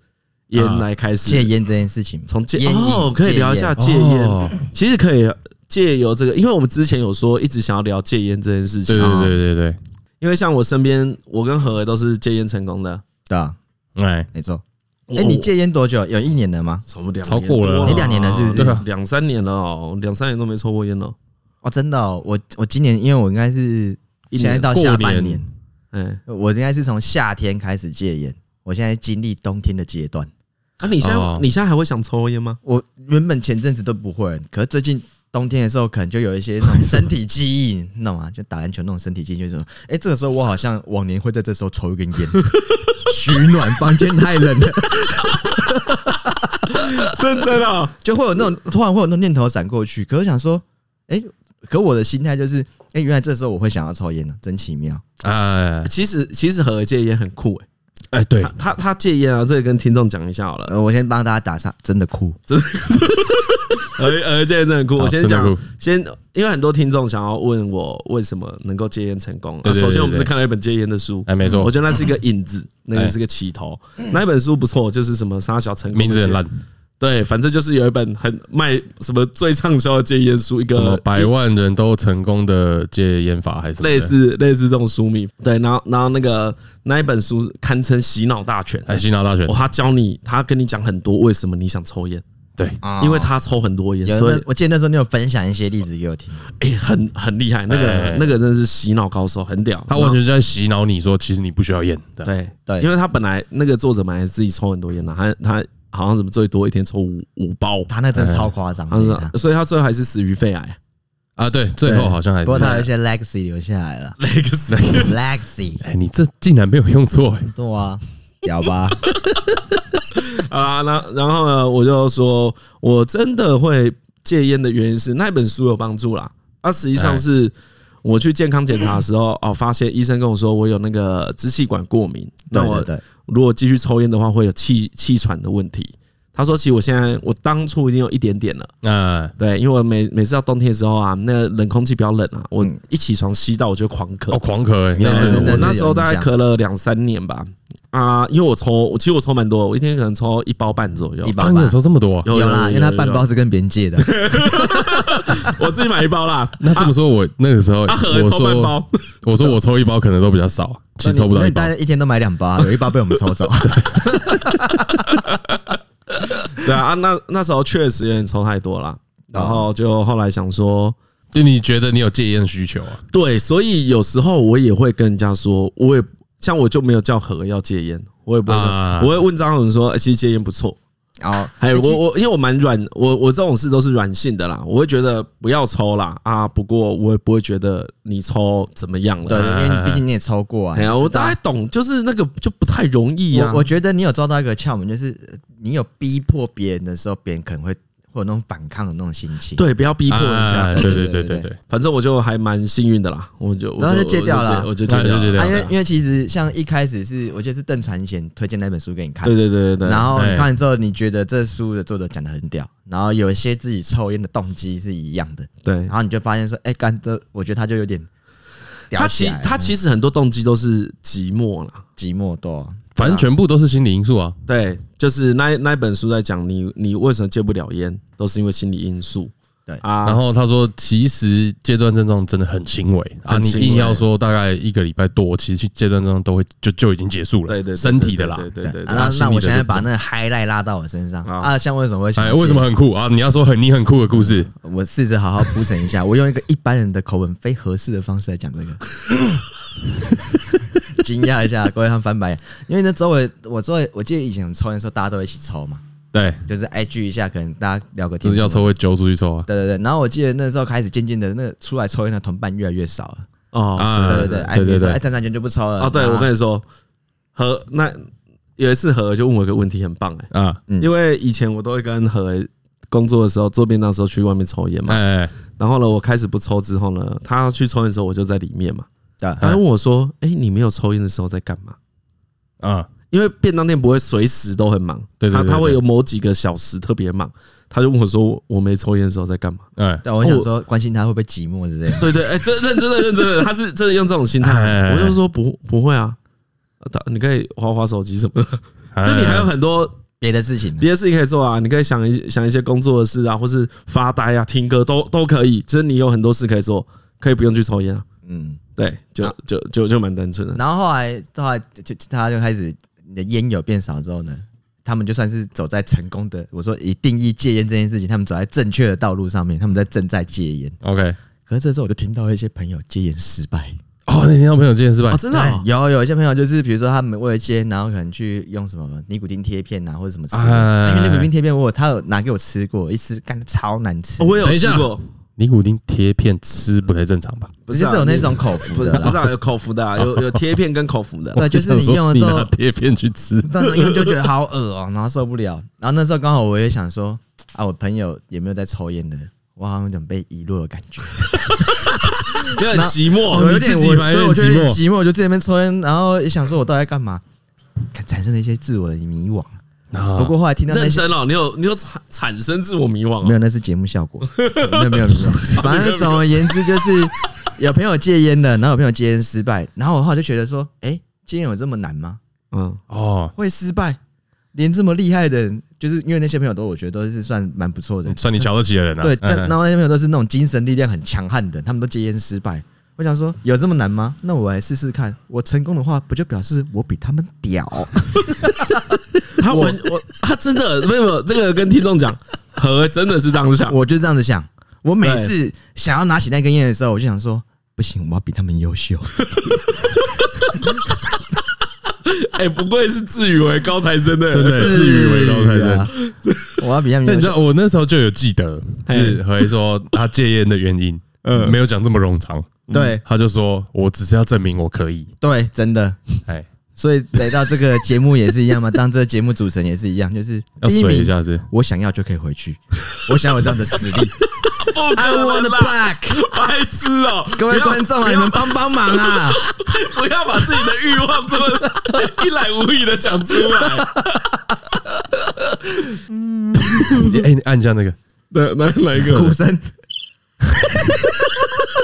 Speaker 2: 烟来开始，
Speaker 3: 戒烟这件事情，
Speaker 2: 从戒哦
Speaker 3: 烟瘾
Speaker 2: 哦，可以聊一下戒
Speaker 1: 哦
Speaker 2: 烟，其实可以借由这个，因为我们之前有说一直想要聊戒烟这件事情啊
Speaker 1: 对，对对对
Speaker 2: 因为像我身边，我跟何儿都是戒烟成功的。
Speaker 3: 对啊，
Speaker 1: 对，哎，
Speaker 3: 没错。
Speaker 2: 哦
Speaker 3: 哎，你戒烟多久？有一年了吗？
Speaker 2: 什么两
Speaker 1: 超过了
Speaker 3: 你两年了是不是对
Speaker 1: 啊
Speaker 2: 两三年了哦，两三年都没抽过烟了。
Speaker 3: 哦，真的哦，我我今年因为我应该是
Speaker 2: 一年
Speaker 3: 现在到下半
Speaker 1: 过
Speaker 3: 年
Speaker 1: 年，
Speaker 2: 哎，
Speaker 3: 我应该是从夏天开始戒烟，我现在经历冬天的阶段。
Speaker 2: 那啊你现在
Speaker 1: 哦
Speaker 2: 你现在还会想抽烟吗？
Speaker 3: 我原本前阵子都不会，可是最近冬天的时候，可能就有一些那种身体记忆，你懂吗？就打篮球那种身体记忆，就是说，哎、这个时候我好像往年会在这时候抽一根烟，取暖，房间太冷了，
Speaker 2: 认 真啊！
Speaker 3: 就会有那种突然会有那种念头闪过去。可是我想说，哎、可我的心态就是，哎、原来这时候我会想要抽烟呢，真奇妙。
Speaker 1: 哎
Speaker 2: 其实其实何儿戒烟很酷哎，
Speaker 1: 哎，对
Speaker 2: 他，他他戒烟啊，这个跟听众讲一下好 了。
Speaker 3: 呃，我先帮大家打上，真的酷，
Speaker 2: 何何哎戒烟真的很酷，
Speaker 1: 好
Speaker 2: 我先
Speaker 1: 真的
Speaker 2: 讲
Speaker 1: 酷，
Speaker 2: 先因为很多听众想要问我为什么能够戒烟成功。
Speaker 1: 对
Speaker 2: 啊
Speaker 1: 对对
Speaker 2: 首先我们
Speaker 1: 对
Speaker 2: 是
Speaker 1: 对
Speaker 2: 看了一本戒烟的书，
Speaker 1: 哎，没
Speaker 2: 我
Speaker 1: 错，
Speaker 2: 觉得那是一个引子，那个是个起头。那一本书不错，就是什么沙小成功的
Speaker 1: 名字很
Speaker 2: 戒，
Speaker 1: 烂，
Speaker 2: 对，反正就是有一本很卖什么最畅销的戒烟书，一
Speaker 1: 什么
Speaker 2: 个
Speaker 1: 百万人都成功的戒烟法还是什么的
Speaker 2: 类，似类似这种书名。对，然后然后那个那一本书堪称洗脑大全。
Speaker 1: 哎，西拿大学
Speaker 2: 哦，，他教你，他跟你讲很多为什么你想抽烟，
Speaker 1: 对，
Speaker 2: 因为他抽很多烟，
Speaker 3: 有
Speaker 2: 所以
Speaker 3: 那我记得那时候你有分享一些例子给我听，
Speaker 2: 哎、很很厉害，那
Speaker 1: 哎
Speaker 2: 个那个真的是洗脑高手，很屌。
Speaker 1: 他完全在洗脑你说，其实你不需要烟，对
Speaker 2: 对
Speaker 3: 对
Speaker 2: 因为他本来那个作者本来自己抽很多烟的，他他好像什么最多一天抽五五包，
Speaker 3: 他那真的超夸张的。啊
Speaker 2: 他是所以他最后还是死于肺癌。
Speaker 1: 啊，对，最后好像还
Speaker 3: 不过他有一
Speaker 1: 是，
Speaker 3: 些 legacy 留下来了
Speaker 2: Legacy，
Speaker 3: ，legacy，
Speaker 1: 哎，你这竟然没有用错，哎
Speaker 3: 对啊，屌吧？
Speaker 2: 啊，那然后呢，我就说我真的会戒烟的原因是那本书有帮助啦。那、实际上是
Speaker 3: 哎
Speaker 2: 我去健康检查的时候，哦，发现医生跟我说我有那个支气管过敏，那我
Speaker 3: 对对对
Speaker 2: 如果继续抽烟的话，会有气气喘的问题。他说，其实我现在我当初已经有一点点了，
Speaker 1: 哎，
Speaker 2: 对，因为我每每次到冬天的时候啊，那个冷空气比较冷啊，我一起床吸到我就狂咳
Speaker 1: 哦，，狂咳，哎，
Speaker 2: 对
Speaker 1: 那
Speaker 3: 嗯真的
Speaker 1: 真
Speaker 3: 是
Speaker 2: 我
Speaker 1: 的我
Speaker 2: 那时候大概
Speaker 3: 有影
Speaker 2: 咳了两三年吧，啊，因为我抽，我其实我抽蛮多的，我一天可能抽一包半左右
Speaker 3: 一，包
Speaker 1: 啊，你有抽这么多啊，。
Speaker 2: 有
Speaker 3: 有啦，因为他半包，是跟别人借的，
Speaker 2: 有 有我自己买一包 啦
Speaker 1: 那这么说，我那个时候
Speaker 2: 阿和
Speaker 1: 我
Speaker 2: 抽半
Speaker 1: 说，
Speaker 2: 包，
Speaker 1: 我说我抽一包可能都比较少，其实抽不
Speaker 3: 因
Speaker 1: 到
Speaker 3: 为
Speaker 1: 一包
Speaker 3: 大。家一天都买两包，啊有一包被我们抽走。
Speaker 2: 对啊，啊那那时候确实有点抽太多啦，然后就后来想说，
Speaker 1: 就你觉得你有戒烟需求啊？
Speaker 2: 对，所以有时候我也会跟人家说，我也像我就没有叫何要戒烟，我也不会说，
Speaker 1: 啊
Speaker 2: 我会问张总说，欸其实戒烟不错，
Speaker 3: 然后
Speaker 2: 还有
Speaker 3: 欸其
Speaker 2: 我我因为我蛮软，我我这种事都是软性的啦，我会觉得不要抽啦啊，不过我也不会觉得你抽怎么样
Speaker 3: 对，
Speaker 2: 了。
Speaker 3: 因为毕竟你也抽过啊。
Speaker 2: 哎呀，
Speaker 3: 你知
Speaker 2: 我
Speaker 3: 道
Speaker 2: 大概懂，就是那个就不太容易啊
Speaker 3: 我。我觉得你有抓到一个窍门，就是呃你有逼迫别人的时候，别人可能会会有那种反抗的那种心情。，
Speaker 2: 对，不要逼迫人
Speaker 1: 啊
Speaker 2: 家。
Speaker 1: 对
Speaker 3: 对
Speaker 1: 对
Speaker 3: 对
Speaker 1: 对
Speaker 3: 对
Speaker 1: 对对，
Speaker 2: 反正我就还蛮幸运的啦，我就我
Speaker 3: 然后就戒掉了
Speaker 2: 了，我就戒掉
Speaker 1: 啊就
Speaker 2: 了
Speaker 1: 戒掉
Speaker 3: 啊，因为
Speaker 1: 对啊
Speaker 3: 因为其实像一开始是我记得是邓传贤推荐那本书给你看
Speaker 2: 对，对对对对。
Speaker 3: 然后你
Speaker 1: 对
Speaker 3: 看完之后，你觉得这书的作者讲的很屌，然后有一些自己抽烟的动机是一样的，
Speaker 2: 对
Speaker 3: 然，后你就发现说，哎，干的，我觉得他就有点
Speaker 2: 他
Speaker 3: 屌起
Speaker 2: 其
Speaker 3: 来了，
Speaker 2: 他其实很多动机都是寂寞啦。
Speaker 3: 寂寞多，
Speaker 1: 反正全部都是心理因素啊。
Speaker 2: 对，就是那那本书在讲你你为什么戒不了烟，都是因为心理因素。
Speaker 3: 对
Speaker 2: 啊，
Speaker 1: 然后他说，其实戒断症状真的很轻微啊，
Speaker 2: 很
Speaker 1: 你
Speaker 2: 轻微
Speaker 1: 硬要说大概一个礼拜多，其实戒断症状都会就就已经结束了，
Speaker 2: 对对对对
Speaker 1: 身体的啦
Speaker 2: 对。对
Speaker 3: 对
Speaker 2: 对对对
Speaker 3: 啊那
Speaker 1: 心
Speaker 3: 那
Speaker 1: 里
Speaker 3: 我
Speaker 1: 的
Speaker 3: 现在
Speaker 1: 就不
Speaker 3: 把
Speaker 1: 同
Speaker 3: 那个 highlight 拉到我身上
Speaker 2: 好
Speaker 3: 啊，像为什么会想
Speaker 1: 哎，
Speaker 3: 戒
Speaker 1: 为什么？很酷啊？你要说很你很酷的故事，
Speaker 3: 我试着好好铺陈一下，我用一个一般人的口吻非合适的方式来讲这个。 惊讶一下，各位他们翻白眼，因为那周围，我周围，我记得以前我们抽烟的时候，大家都一起抽嘛，
Speaker 1: 对，
Speaker 3: 就是 IG 一下，可能大家聊个天
Speaker 1: 就
Speaker 3: 什么
Speaker 1: 是
Speaker 3: 的，
Speaker 1: 要抽会揪出去抽啊
Speaker 3: 对对对，然后我记得那时候开始渐渐的，那个出来抽烟的同伴越来越少了。
Speaker 2: 哦
Speaker 1: 啊！
Speaker 3: 对对对，哎，
Speaker 1: 对
Speaker 3: 比如说
Speaker 1: 对
Speaker 3: 哎，
Speaker 1: 对，
Speaker 3: 张张娟就不抽了。啊
Speaker 2: 哦，对，
Speaker 3: 然后
Speaker 2: 我跟你说，何那有一次何就问我一个问题，很棒哎、
Speaker 1: 啊，
Speaker 3: 嗯
Speaker 2: 因为以前我都会跟何工作的时候做便当的时候去外面抽烟嘛，
Speaker 1: 哎，哎
Speaker 2: 然后呢，我开始不抽之后呢，他要去抽烟的时候我就在里面嘛，他
Speaker 3: 对，啊
Speaker 2: 就问我说，哎，你没有抽烟的时候在干嘛？
Speaker 1: 啊，
Speaker 2: 因为便当店不会随时都很忙，
Speaker 1: 对对对
Speaker 2: 他他
Speaker 1: 对
Speaker 2: 会有某几个小时特别忙，他就问我说，我我没抽烟的时候在干嘛？
Speaker 1: 哎，
Speaker 3: 对，我想说关心他会不会寂寞之类的。
Speaker 2: 对对，哎、真认真的认真 的，他是真的用这种心态。
Speaker 1: 哎哎哎
Speaker 2: 我就说不不会啊，啊打你可以划划手机什么的，
Speaker 1: 哎
Speaker 2: 就你还有很多
Speaker 3: 别的事情呢，
Speaker 2: 别的事情可以做啊，你可以想一想一些工作的事啊，或是发呆啊、听歌都都可以，就是你有很多事可以做，可以不用去抽烟啊。
Speaker 3: 嗯。
Speaker 2: 对，就就就就蛮单纯的。
Speaker 3: 然后后来后来就就他就开始你的烟友变少之后呢，他们就算是走在成功的，我说以定义戒烟这件事情，他们走在正确的道路上面，他们在正在戒烟。
Speaker 1: OK，
Speaker 3: 可是这时候我就听到一些朋友戒烟失败，
Speaker 1: 哦，那天到朋友见是吧
Speaker 3: 啊
Speaker 2: 哦，？真的哦
Speaker 3: 对哎有有一些朋友就是比如说他们为了戒烟，然后可能去用什么尼古丁贴片啊或者什么吃的，
Speaker 1: 哎
Speaker 3: 因为尼古丁贴片我有他有拿给我吃过，一吃干超难吃，
Speaker 2: 哦我有
Speaker 1: 等一下
Speaker 2: 吃过，
Speaker 1: 尼古丁贴片吃不太正常吧？
Speaker 2: 不啊
Speaker 3: 就是有那
Speaker 2: 你
Speaker 3: 种口服
Speaker 2: 不是
Speaker 3: 的
Speaker 2: 不
Speaker 3: 啦
Speaker 2: 是。啊，有口服的啊，有有贴片跟口服的。
Speaker 3: 对，啊就是你用了
Speaker 1: 你
Speaker 3: 之
Speaker 1: 拿
Speaker 3: 后，
Speaker 2: 啊
Speaker 1: 贴片去吃，
Speaker 3: 但是因为就觉得好恶哦、然后受不了。然后那时候刚好我也想说，啊，我朋友也没有在抽烟的，我好像有点被遗落的感觉。
Speaker 1: 有点寂
Speaker 2: 哦
Speaker 1: 寞
Speaker 3: 我有点我
Speaker 1: 有
Speaker 3: 对
Speaker 1: 点
Speaker 3: 我觉得
Speaker 1: 寂
Speaker 3: 有点
Speaker 1: 寞。
Speaker 3: 寂寞，我就自己在那边抽烟，然后也想说我到底在干嘛，产生了一些自我的迷惘。
Speaker 1: 啊
Speaker 3: 不过后来听到那
Speaker 2: 认
Speaker 3: 些。
Speaker 2: 真哦，你有你有产产生自我迷惘
Speaker 3: 没
Speaker 2: 哦。
Speaker 3: 有，那是节目效 果，没有没有没有。反正总而言之，就是有朋友戒烟的，然后有朋友戒烟失败，然后我后来就觉得说，哎、戒烟有这么难吗？
Speaker 2: 嗯，
Speaker 1: 哦，
Speaker 3: 会失败，连这么厉害的人，就是因为那些朋友都我觉得都是算蛮不错的，
Speaker 1: 算你瞧得起的人啊。
Speaker 3: 对，这样
Speaker 1: 嗯
Speaker 3: 然后那些朋友都是那种精神力量很强悍的，他们都戒烟失败。我想
Speaker 1: 嗯
Speaker 3: 说，有这么难吗？那我来试试看。我成功的话，不就表示我比他们 屌？
Speaker 2: 他们我他真的没有没有这个跟听众讲，何真的是这样想。
Speaker 3: 我就这样子想。我每次想要拿起那根烟的时候，我就想说，不行，我要比他们优秀。
Speaker 2: 哎，不愧是自诩为高材生的人，
Speaker 1: 真的自以为高材生
Speaker 3: 是啊，我要比他们
Speaker 1: 那
Speaker 3: 优
Speaker 1: 你知道
Speaker 3: 秀。
Speaker 1: 我那时候就有记得是何以说他戒烟的原因，
Speaker 2: 嗯
Speaker 1: 没有讲这么冗长，
Speaker 3: 对
Speaker 1: 他就说我只是要证明我可以，
Speaker 3: 对，真的。
Speaker 1: 哎，
Speaker 3: 所以来到这个节目也是一样嘛， 当这个节目主持人也是一样，就是
Speaker 1: 要
Speaker 3: 第一
Speaker 1: 水一
Speaker 3: 名，
Speaker 1: 下是。
Speaker 3: 我想要就可以回去，我想要有这样的实力。
Speaker 2: 不
Speaker 3: I
Speaker 2: 可
Speaker 3: want
Speaker 2: 能
Speaker 3: it
Speaker 2: 吧？
Speaker 3: back，
Speaker 2: 白痴哦！
Speaker 3: 各位
Speaker 2: 不要
Speaker 3: 观众啊，
Speaker 2: 不
Speaker 3: 你
Speaker 2: 要
Speaker 3: 们帮帮忙啊！
Speaker 2: 不要把自己的欲望这么 一览无遗的讲出来。
Speaker 1: 你哎，你按一下那个，
Speaker 2: 哪哪哪一
Speaker 3: 鼓声。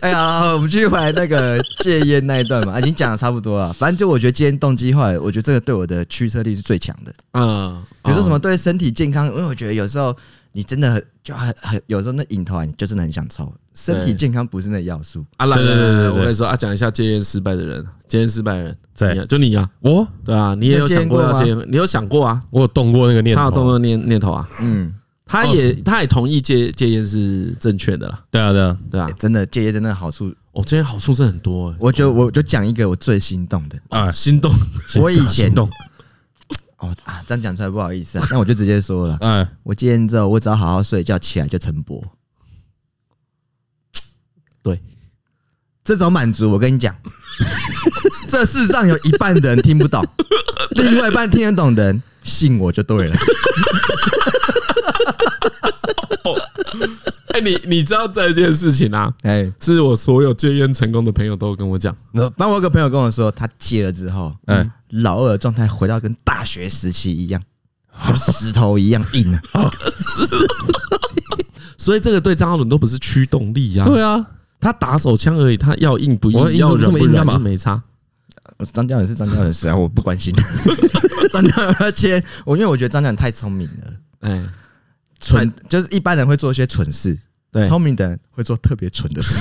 Speaker 3: 哎呀，好了我们继续回来那个戒烟那一段嘛，已经讲的差不多了。反正就我觉得戒烟动机后来，我觉得这个对我的驱车力是最强的。
Speaker 2: 啊？
Speaker 3: 比如说什么对身体健康，因为我觉得有时候你真的很就很很，有时候那瘾头啊，你就真的很想抽。身体
Speaker 2: 对
Speaker 3: 健康不是那要素，
Speaker 2: 啊？来
Speaker 1: 对对
Speaker 2: 来
Speaker 1: 对
Speaker 2: 来来，
Speaker 1: 对对
Speaker 2: 我跟你说啊，讲一下戒烟失败的人，戒烟失败的人，
Speaker 1: 对
Speaker 2: 你啊就你啊，
Speaker 1: 我
Speaker 2: 对啊，你也有想过要戒
Speaker 3: 你有戒
Speaker 2: 烟，你有想过啊？
Speaker 1: 我有动过那个念
Speaker 2: 他有动
Speaker 1: 头，
Speaker 2: 过念念头哦啊？
Speaker 3: 嗯，
Speaker 2: 他也他也同意戒戒烟是正确的啦，
Speaker 1: 对啊对啊，
Speaker 2: 对啊
Speaker 3: 哎。真的戒烟真的好处，
Speaker 2: 哦，戒烟好处真的很多欸，
Speaker 3: 我觉得我就讲一个我最心动的，
Speaker 1: 哎，
Speaker 2: 啊心动。
Speaker 3: 我以前
Speaker 1: 行动，
Speaker 3: 哦啊，这样讲出来不好意思啊， 那我就直接说了，
Speaker 1: 哎，
Speaker 2: 啊
Speaker 3: 我戒烟之后，我只要好好睡觉，起来就晨勃。
Speaker 2: 对，
Speaker 3: 这种满足，我跟你讲， 这世上有一半的人听不懂，另外一半听得懂的人，信我就对了。
Speaker 2: 哎，你你知道这一件事情啊？
Speaker 3: 哎，
Speaker 2: 是我所有戒烟成功的朋友都有跟我讲，
Speaker 3: 那当我有个朋友跟我说，他戒了之后，
Speaker 1: 嗯
Speaker 3: 嗯，老二的状态回到跟大学时期一样，跟石头一样硬啊。
Speaker 2: 所以这个对张浩伦都不是驱动力呀。
Speaker 1: 对啊，
Speaker 2: 他打手枪而已，他要硬不硬
Speaker 1: 我要，硬
Speaker 2: 要忍
Speaker 1: 这么
Speaker 2: 不
Speaker 1: 硬干嘛
Speaker 2: 忍没差。
Speaker 3: 张嘉伦是张嘉伦，是啊，我不关心。 张嘉伦要戒，我因为我觉得张嘉伦太聪明了。
Speaker 2: 哎，
Speaker 3: 蠢就是一般人会做一些蠢事，
Speaker 2: 对，
Speaker 3: 聪明的人会做特别蠢的 事。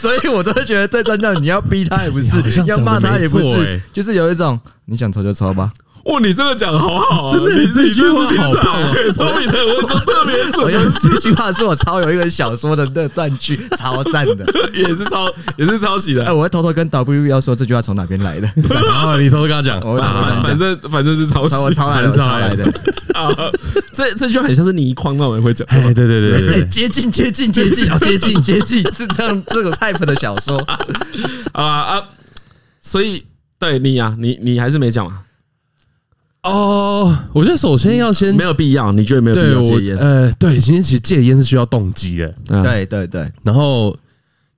Speaker 3: 所以我都觉得对张教你要逼他也不
Speaker 1: 你好
Speaker 3: 是，
Speaker 1: 像
Speaker 3: 要骂
Speaker 1: 讲得
Speaker 3: 他也不
Speaker 1: 没错
Speaker 3: 是
Speaker 1: 欸，
Speaker 3: 就是有一种你想抽就抽吧。
Speaker 2: 哇，你这个讲好好啊，
Speaker 1: 真的
Speaker 2: 你
Speaker 1: 这
Speaker 2: 己
Speaker 1: 句话好棒哦
Speaker 2: 真是天才哎聪明的 我做特别
Speaker 3: 我
Speaker 2: 准啊
Speaker 3: 想
Speaker 2: 的
Speaker 3: 这句话是我抄有一个小说的那段句，超赞的。
Speaker 2: 事， 也是抄也是抄袭
Speaker 3: 哎，
Speaker 2: 的，
Speaker 3: 我会偷偷跟 W 要说这句话从哪边来的，
Speaker 1: 然后你偷偷跟他讲，
Speaker 2: 哦
Speaker 3: 我会偷偷跟
Speaker 2: 反
Speaker 3: 他
Speaker 2: 啊反
Speaker 3: 讲
Speaker 2: 正反正是抄袭
Speaker 3: 抄啊我抄来的，
Speaker 1: 反
Speaker 3: 我
Speaker 1: 正
Speaker 3: 抄来的。
Speaker 2: 啊。这这就很像是倪匡那种人会讲，
Speaker 1: 哎，对对对对
Speaker 3: 哎，
Speaker 1: 对，
Speaker 3: 接近接近接近接近接近，是这样这种 type 的小说。
Speaker 2: 啊啊，所以对你啊，你你还是没讲嘛，
Speaker 1: 哦，我觉得首先要先
Speaker 2: 没有必要，你觉得没有必
Speaker 1: 嗯对
Speaker 2: 要
Speaker 1: 我
Speaker 2: 戒烟？
Speaker 1: 呃，对，今天其实戒烟是需要动机的，
Speaker 2: 啊，
Speaker 3: 对对对，
Speaker 1: 然后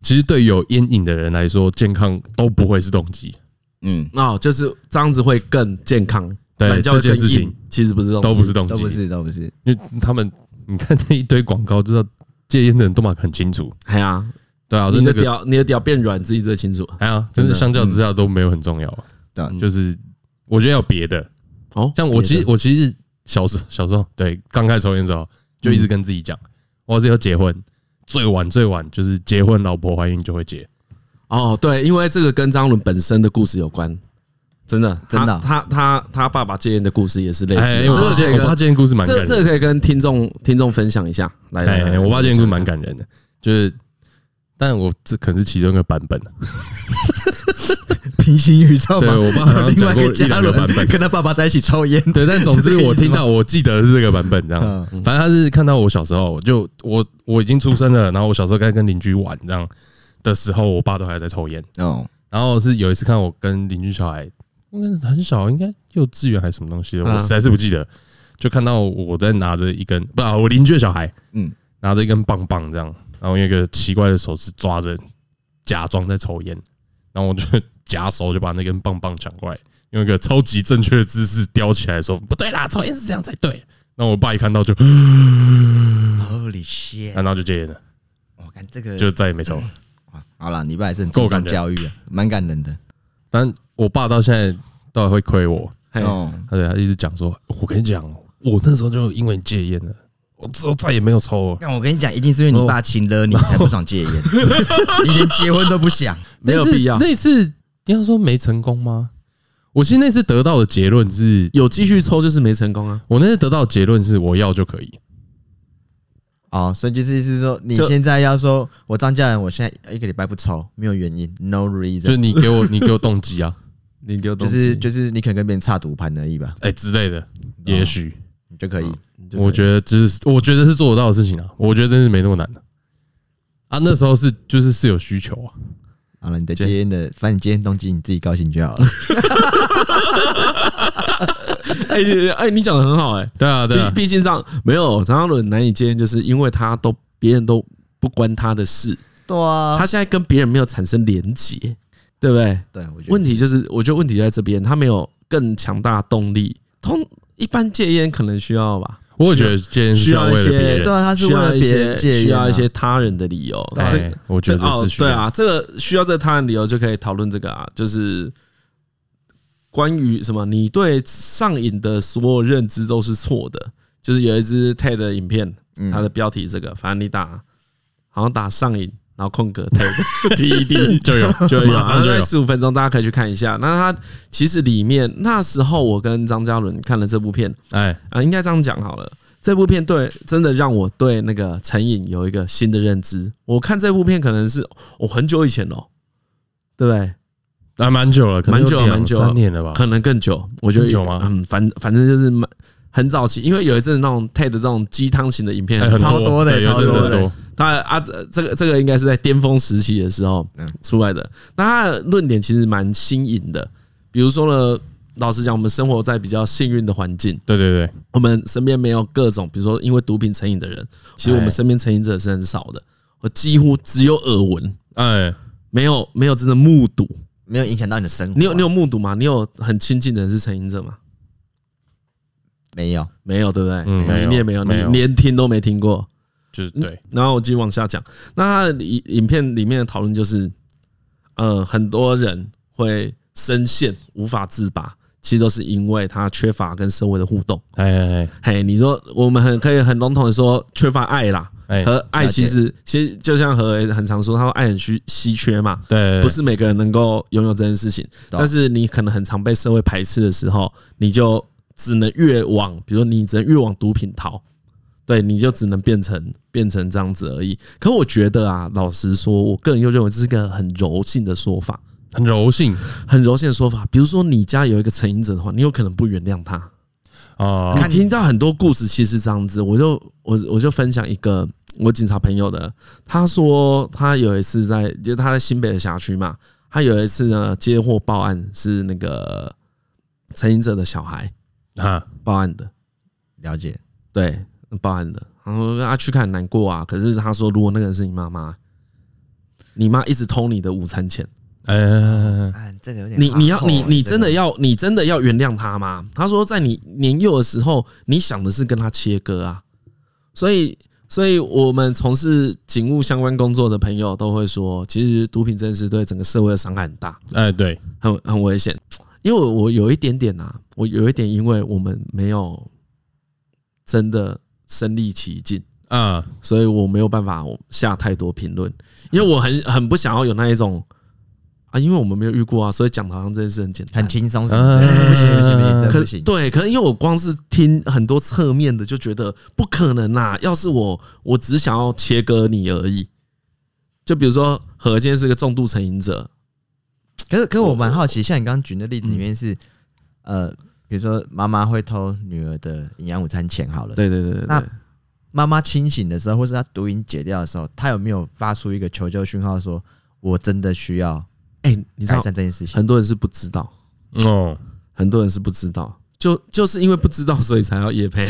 Speaker 1: 其实对有烟瘾的人来说，健康都不会是动机，
Speaker 3: 嗯，
Speaker 2: 哦，就是这样子会更健康，
Speaker 1: 对
Speaker 2: 懒觉会
Speaker 1: 这件
Speaker 2: 更
Speaker 1: 事
Speaker 2: 硬
Speaker 1: 情，
Speaker 2: 其实不是这种
Speaker 1: 都不是动
Speaker 3: 都不
Speaker 1: 机，
Speaker 3: 是都不是。
Speaker 1: 因为他们你看那一堆广告，知道戒烟的人都嘛很清楚，
Speaker 2: 哎呀，
Speaker 1: 对啊，就
Speaker 2: 你
Speaker 1: 那
Speaker 2: 的
Speaker 1: 个
Speaker 2: 屌，你的屌变软，自己最清楚。
Speaker 1: 还有，真的相较之下都没有很重要啊。
Speaker 3: 对啊
Speaker 1: 就是我觉得有别的，
Speaker 2: 哦，
Speaker 1: 像我其
Speaker 2: 别
Speaker 1: 实
Speaker 2: 的
Speaker 1: 我其实小时小时候对刚开始抽烟的时候，就一直跟自己讲，我只有结婚，最晚最晚就是结婚，老婆怀孕就会结。
Speaker 2: 哦，对，因为这个跟张伦本身的故事有关，真的，
Speaker 3: 真的啊
Speaker 2: 他他他他爸爸戒烟的故事也是类似
Speaker 1: 哎，
Speaker 2: 的。
Speaker 1: 我
Speaker 2: 这
Speaker 1: 爸今
Speaker 2: 个
Speaker 1: 天我爸今天故事蛮感
Speaker 2: 这
Speaker 1: 人
Speaker 2: 这个
Speaker 1: 的，
Speaker 2: 可以跟听众听众分享一下。来来，来
Speaker 1: 哎，我爸今天故事蛮
Speaker 2: 来
Speaker 1: 感人的，就是，但我这可能是其中一个版本啊。
Speaker 3: 平行宇宙嘛，
Speaker 1: 对我爸好像
Speaker 3: 另外
Speaker 1: 讲过
Speaker 3: 一个
Speaker 1: 一
Speaker 3: 家
Speaker 1: 两个版
Speaker 3: 人
Speaker 1: 本
Speaker 3: 跟他爸爸在一起抽烟，
Speaker 1: 对，但总之我听到我记得是这个版本这样
Speaker 3: 嗯，
Speaker 1: 反正他是看到我小时候，就我我已经出生了，然后我小时候该跟邻居玩这样的时候，我爸都还在抽烟。
Speaker 3: 哦，
Speaker 1: 然后是有一次看我跟邻居小孩，应该很小，应该幼稚园还是什么东西的，
Speaker 2: 啊
Speaker 1: 我实在是不记得。就看到我在拿着一根，不，啊我邻居的小孩，
Speaker 3: 嗯
Speaker 1: 嗯，拿着一根棒棒这样，然后用一个奇怪的手势抓着，假装在抽烟，然后我就假手就把那根棒棒抢过来，用一个超级正确的姿势叼起来，说不对啦，抽烟是这样才对。然后我爸一看到就，啊
Speaker 3: ，Holy shit！
Speaker 1: 然后就戒烟了，
Speaker 3: 我看这个
Speaker 1: 啊就再也没抽了。
Speaker 3: 好了，你爸还是很
Speaker 1: 够
Speaker 3: 注
Speaker 1: 感
Speaker 3: 重
Speaker 1: 人
Speaker 3: 教育啊，蛮感人的
Speaker 1: 但我爸到现在都还会亏我，
Speaker 2: 来嘿，
Speaker 3: 哦。
Speaker 1: 他对他一直讲说，我跟你讲，我那时候就因为你戒烟了，我之后再也没有抽了。
Speaker 3: 但我跟你讲，一定是因为你爸亲了你才不爽戒 烟，你连结婚都不想。
Speaker 2: 没有
Speaker 1: 但是
Speaker 2: 必要
Speaker 1: 那次你要说没成功吗？我其实那次得到的结论是，
Speaker 2: 有继续抽就是没成功啊。
Speaker 1: 我那次得到的结论是我要就可以。
Speaker 3: 哦，所以就是意思是说，你
Speaker 2: 就
Speaker 3: 现在要说我张家人，我现在一个礼拜不抽，没有原因，no
Speaker 1: 就是
Speaker 3: reason，
Speaker 1: 你给 我，你给我动机啊，
Speaker 2: 你丢东
Speaker 3: 就
Speaker 2: 西
Speaker 3: 是就是你可能跟别人差赌盘而已吧，
Speaker 1: 哎、之类的，也许、
Speaker 3: 你就可以。
Speaker 1: 我觉得只是我觉得是做得到的事情啊，我觉得真是没那么难的啊。那时候是就是是有需求啊，
Speaker 3: 好了，你的戒烟的，反正你戒烟动机你自己高兴就好了。
Speaker 2: 哎你哎，你讲的很好哎，
Speaker 1: 对啊对啊
Speaker 2: 毕，毕竟上没有张嘉伦难以戒烟，就是因为他都别人都不关他的事，
Speaker 3: 对啊
Speaker 2: 他，现在跟别人没有产生连结，对不对？
Speaker 3: 对，啊我觉得
Speaker 2: 问题就是，我觉得问题就在这边，他没有更强大的动力。通一般戒烟可能需要吧，
Speaker 1: 我也觉得戒烟是
Speaker 2: 需要
Speaker 1: 为了
Speaker 2: 一
Speaker 1: 别
Speaker 2: 些
Speaker 1: 人，
Speaker 3: 对啊，他是为了
Speaker 2: 需要一
Speaker 3: 别
Speaker 2: 些
Speaker 3: 人戒
Speaker 2: 需
Speaker 3: 烟啊，
Speaker 2: 要一些他人的理由。
Speaker 3: 对
Speaker 2: 这
Speaker 1: 哎我觉
Speaker 2: 这
Speaker 1: 得
Speaker 2: 哦
Speaker 1: 是，需
Speaker 2: 对
Speaker 1: 要。
Speaker 2: 啊，这个需要这个他人理由就可以讨论这个啊，就是关于什么你对上瘾的所有认知都是错的。就是有一支 TED 的影片，
Speaker 1: 嗯
Speaker 2: 它的标题是这个，反正你打好像打上瘾，然后空 格 TED 第一 D
Speaker 1: 就有
Speaker 2: 就有，
Speaker 1: 马上就有
Speaker 2: 十五分钟，大家可以去看一下。那它其实里面那时候我跟张嘉伦看了这部片
Speaker 1: 哎，
Speaker 2: 啊、应该这样讲好了。这部片对真的让我对那个成瘾有一个新的认知。我看这部片可能是我很久以前哦，对不对？
Speaker 1: 还蛮久了，可能
Speaker 2: 蛮久了
Speaker 1: 有两
Speaker 2: 蛮久了
Speaker 1: 三年了吧？
Speaker 2: 可能更久，我觉得
Speaker 1: 更久吗
Speaker 2: 嗯，反反正就是蛮很早期，因为有一阵那种 TED 这种鸡汤型的影片
Speaker 1: 哎
Speaker 2: 很
Speaker 1: 很
Speaker 3: 超多的
Speaker 1: 对有
Speaker 3: 超
Speaker 1: 真
Speaker 3: 多
Speaker 1: 很
Speaker 3: 的
Speaker 1: 多。
Speaker 2: 当然啊，这这个这个应该是在巅峰时期的时候出来的。那他的论点其实蛮新颖的，比如说呢，老实讲，我们生活在比较幸运的环境，
Speaker 1: 对对对，
Speaker 2: 我们身边没有各种，比如说因为毒品成瘾的人，其实我们
Speaker 1: 哎
Speaker 2: 身边成瘾者是很少的，我几乎只有耳闻，
Speaker 1: 哎，
Speaker 2: 没有没有真的目睹。
Speaker 3: 没有影响到你的生活啊。
Speaker 2: 你有你有目睹吗？你有很亲近的人是成瘾者吗？
Speaker 3: 没有？
Speaker 2: 没有，对不对？
Speaker 1: 嗯没
Speaker 2: 你
Speaker 1: 有
Speaker 2: 你也没有，你
Speaker 1: 没有
Speaker 2: 连听都没听过。
Speaker 1: 就是对，
Speaker 2: 然后我继续往下讲，那他的影影片里面的讨论就是，呃，很多人会深陷无法自拔，其实都是因为他缺乏跟社会的互动。
Speaker 1: 哎哎
Speaker 2: 嘿，你说我们很可以很笼统的说缺乏爱啦，
Speaker 1: 哎，哎
Speaker 2: 和爱其实其实就像何为很常说，他说爱很稀稀缺嘛，
Speaker 1: 对，
Speaker 2: 不是每个人能够拥有这件事情，
Speaker 3: 懂
Speaker 2: 但是你可能很常被社会排斥的时候，你就只能越往，比如说你只能越往毒品逃，对，你就只能变成变成这样子而已。可我觉得啊，老实说，我个人又认为这是个很柔性的说法，
Speaker 1: 很柔性
Speaker 2: 很柔性的说法。比如说你家有一个成瘾者的话，你有可能不原谅他，
Speaker 1: 啊，
Speaker 2: 你听到很多故事，其实这样子，我就我我就分享一个我警察朋友的，他说他有一次在，就是他在新北的辖区嘛，他有一次呢接获报案是那个成瘾者的小孩
Speaker 1: 啊，
Speaker 2: 报案的，
Speaker 3: 了解，
Speaker 2: 对，报案的，然后他去看很难过啊，可是他说如果那个人是你妈妈，你妈一直偷你的午餐钱。
Speaker 1: 哎哎哎，哎
Speaker 3: 啊，这个有点
Speaker 2: 你你要
Speaker 3: hardcore
Speaker 2: 你
Speaker 3: 啊
Speaker 2: 你
Speaker 3: 这个
Speaker 2: 真的要你真的要原谅他吗？他说，在你年幼的时候，你想的是跟他切割啊，所以所以我们从事警务相关工作的朋友都会说，其实毒品真的是对整个社会的伤害很大，
Speaker 1: 哎，对，
Speaker 2: 很很危险。因为我我有一点点啊，我有一点，因为我们没有真的身历其境。
Speaker 1: 啊，
Speaker 2: 所以我没有办法下太多评论，因为我很很不想要有那一种啊，因为我们没有遇过啊，所以讲的好像这件事很简单
Speaker 3: 很。轻松什么之类的，
Speaker 1: 嗯
Speaker 3: 哎不行不行不行，
Speaker 1: 嗯
Speaker 3: 这
Speaker 2: 可
Speaker 3: 不行。
Speaker 2: 对，可能因为我光是听很多侧面的，就觉得不可能呐、要是我，我只想要切割你而已。就比如说，何健是个重度成瘾者，
Speaker 3: 可是可是我蛮好奇，像你刚刚举的例子里
Speaker 2: 嗯
Speaker 3: 面是，呃，比如说妈妈会偷女儿的营养午餐钱好了，
Speaker 2: 对对对对
Speaker 3: 那
Speaker 2: 对，
Speaker 3: 妈妈清醒的时候，或是她毒瘾解掉的时候，她有没有发出一个求救讯号说，我真的需要
Speaker 2: 哎，你知
Speaker 3: 改
Speaker 2: 道，
Speaker 3: 善这件事情？
Speaker 2: 很多人是不知道，
Speaker 1: 哦，
Speaker 2: 很多人是不知道，就就是因为不知道，所以才要夜配，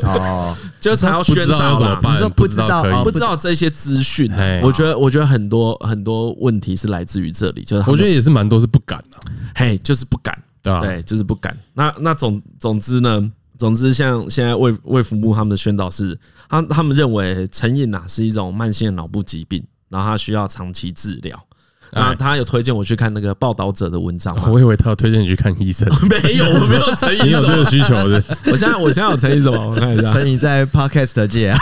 Speaker 2: 啊
Speaker 3: 哦，
Speaker 2: 就才要
Speaker 1: 不知
Speaker 2: 宣
Speaker 1: 道
Speaker 2: 导
Speaker 1: 要怎
Speaker 2: 啦
Speaker 1: 么办哎
Speaker 3: 你说，
Speaker 1: 不
Speaker 3: 不
Speaker 1: 知
Speaker 3: 知
Speaker 1: 道
Speaker 3: 道
Speaker 1: 可以
Speaker 3: 哦
Speaker 2: 不知道这些资讯啊
Speaker 1: 嘿，
Speaker 2: 我觉得，我觉得很多很多问题是来自于这里，就是他们
Speaker 1: 我觉得也是蛮多是不敢的、
Speaker 2: 嘿，就是不敢，
Speaker 1: 对吧、
Speaker 2: 对，就是不敢。那那总总之呢，总之像现在卫卫福部他们的宣导是，他他们认为成瘾啊是一种慢性的脑部疾病，然后它需要长期治疗。那
Speaker 1: 哎
Speaker 2: 他有推荐我去看那个报道者的文章吗？
Speaker 1: 我以为他要推荐你去看医生，
Speaker 2: 没有，哦我没有成
Speaker 1: 你
Speaker 2: 瘾
Speaker 1: 有
Speaker 2: 什
Speaker 1: 这个
Speaker 2: 么。
Speaker 1: 需求的，
Speaker 2: 我现在我现在有成瘾什么？我看一下，
Speaker 3: 陈你在 podcast 界啊，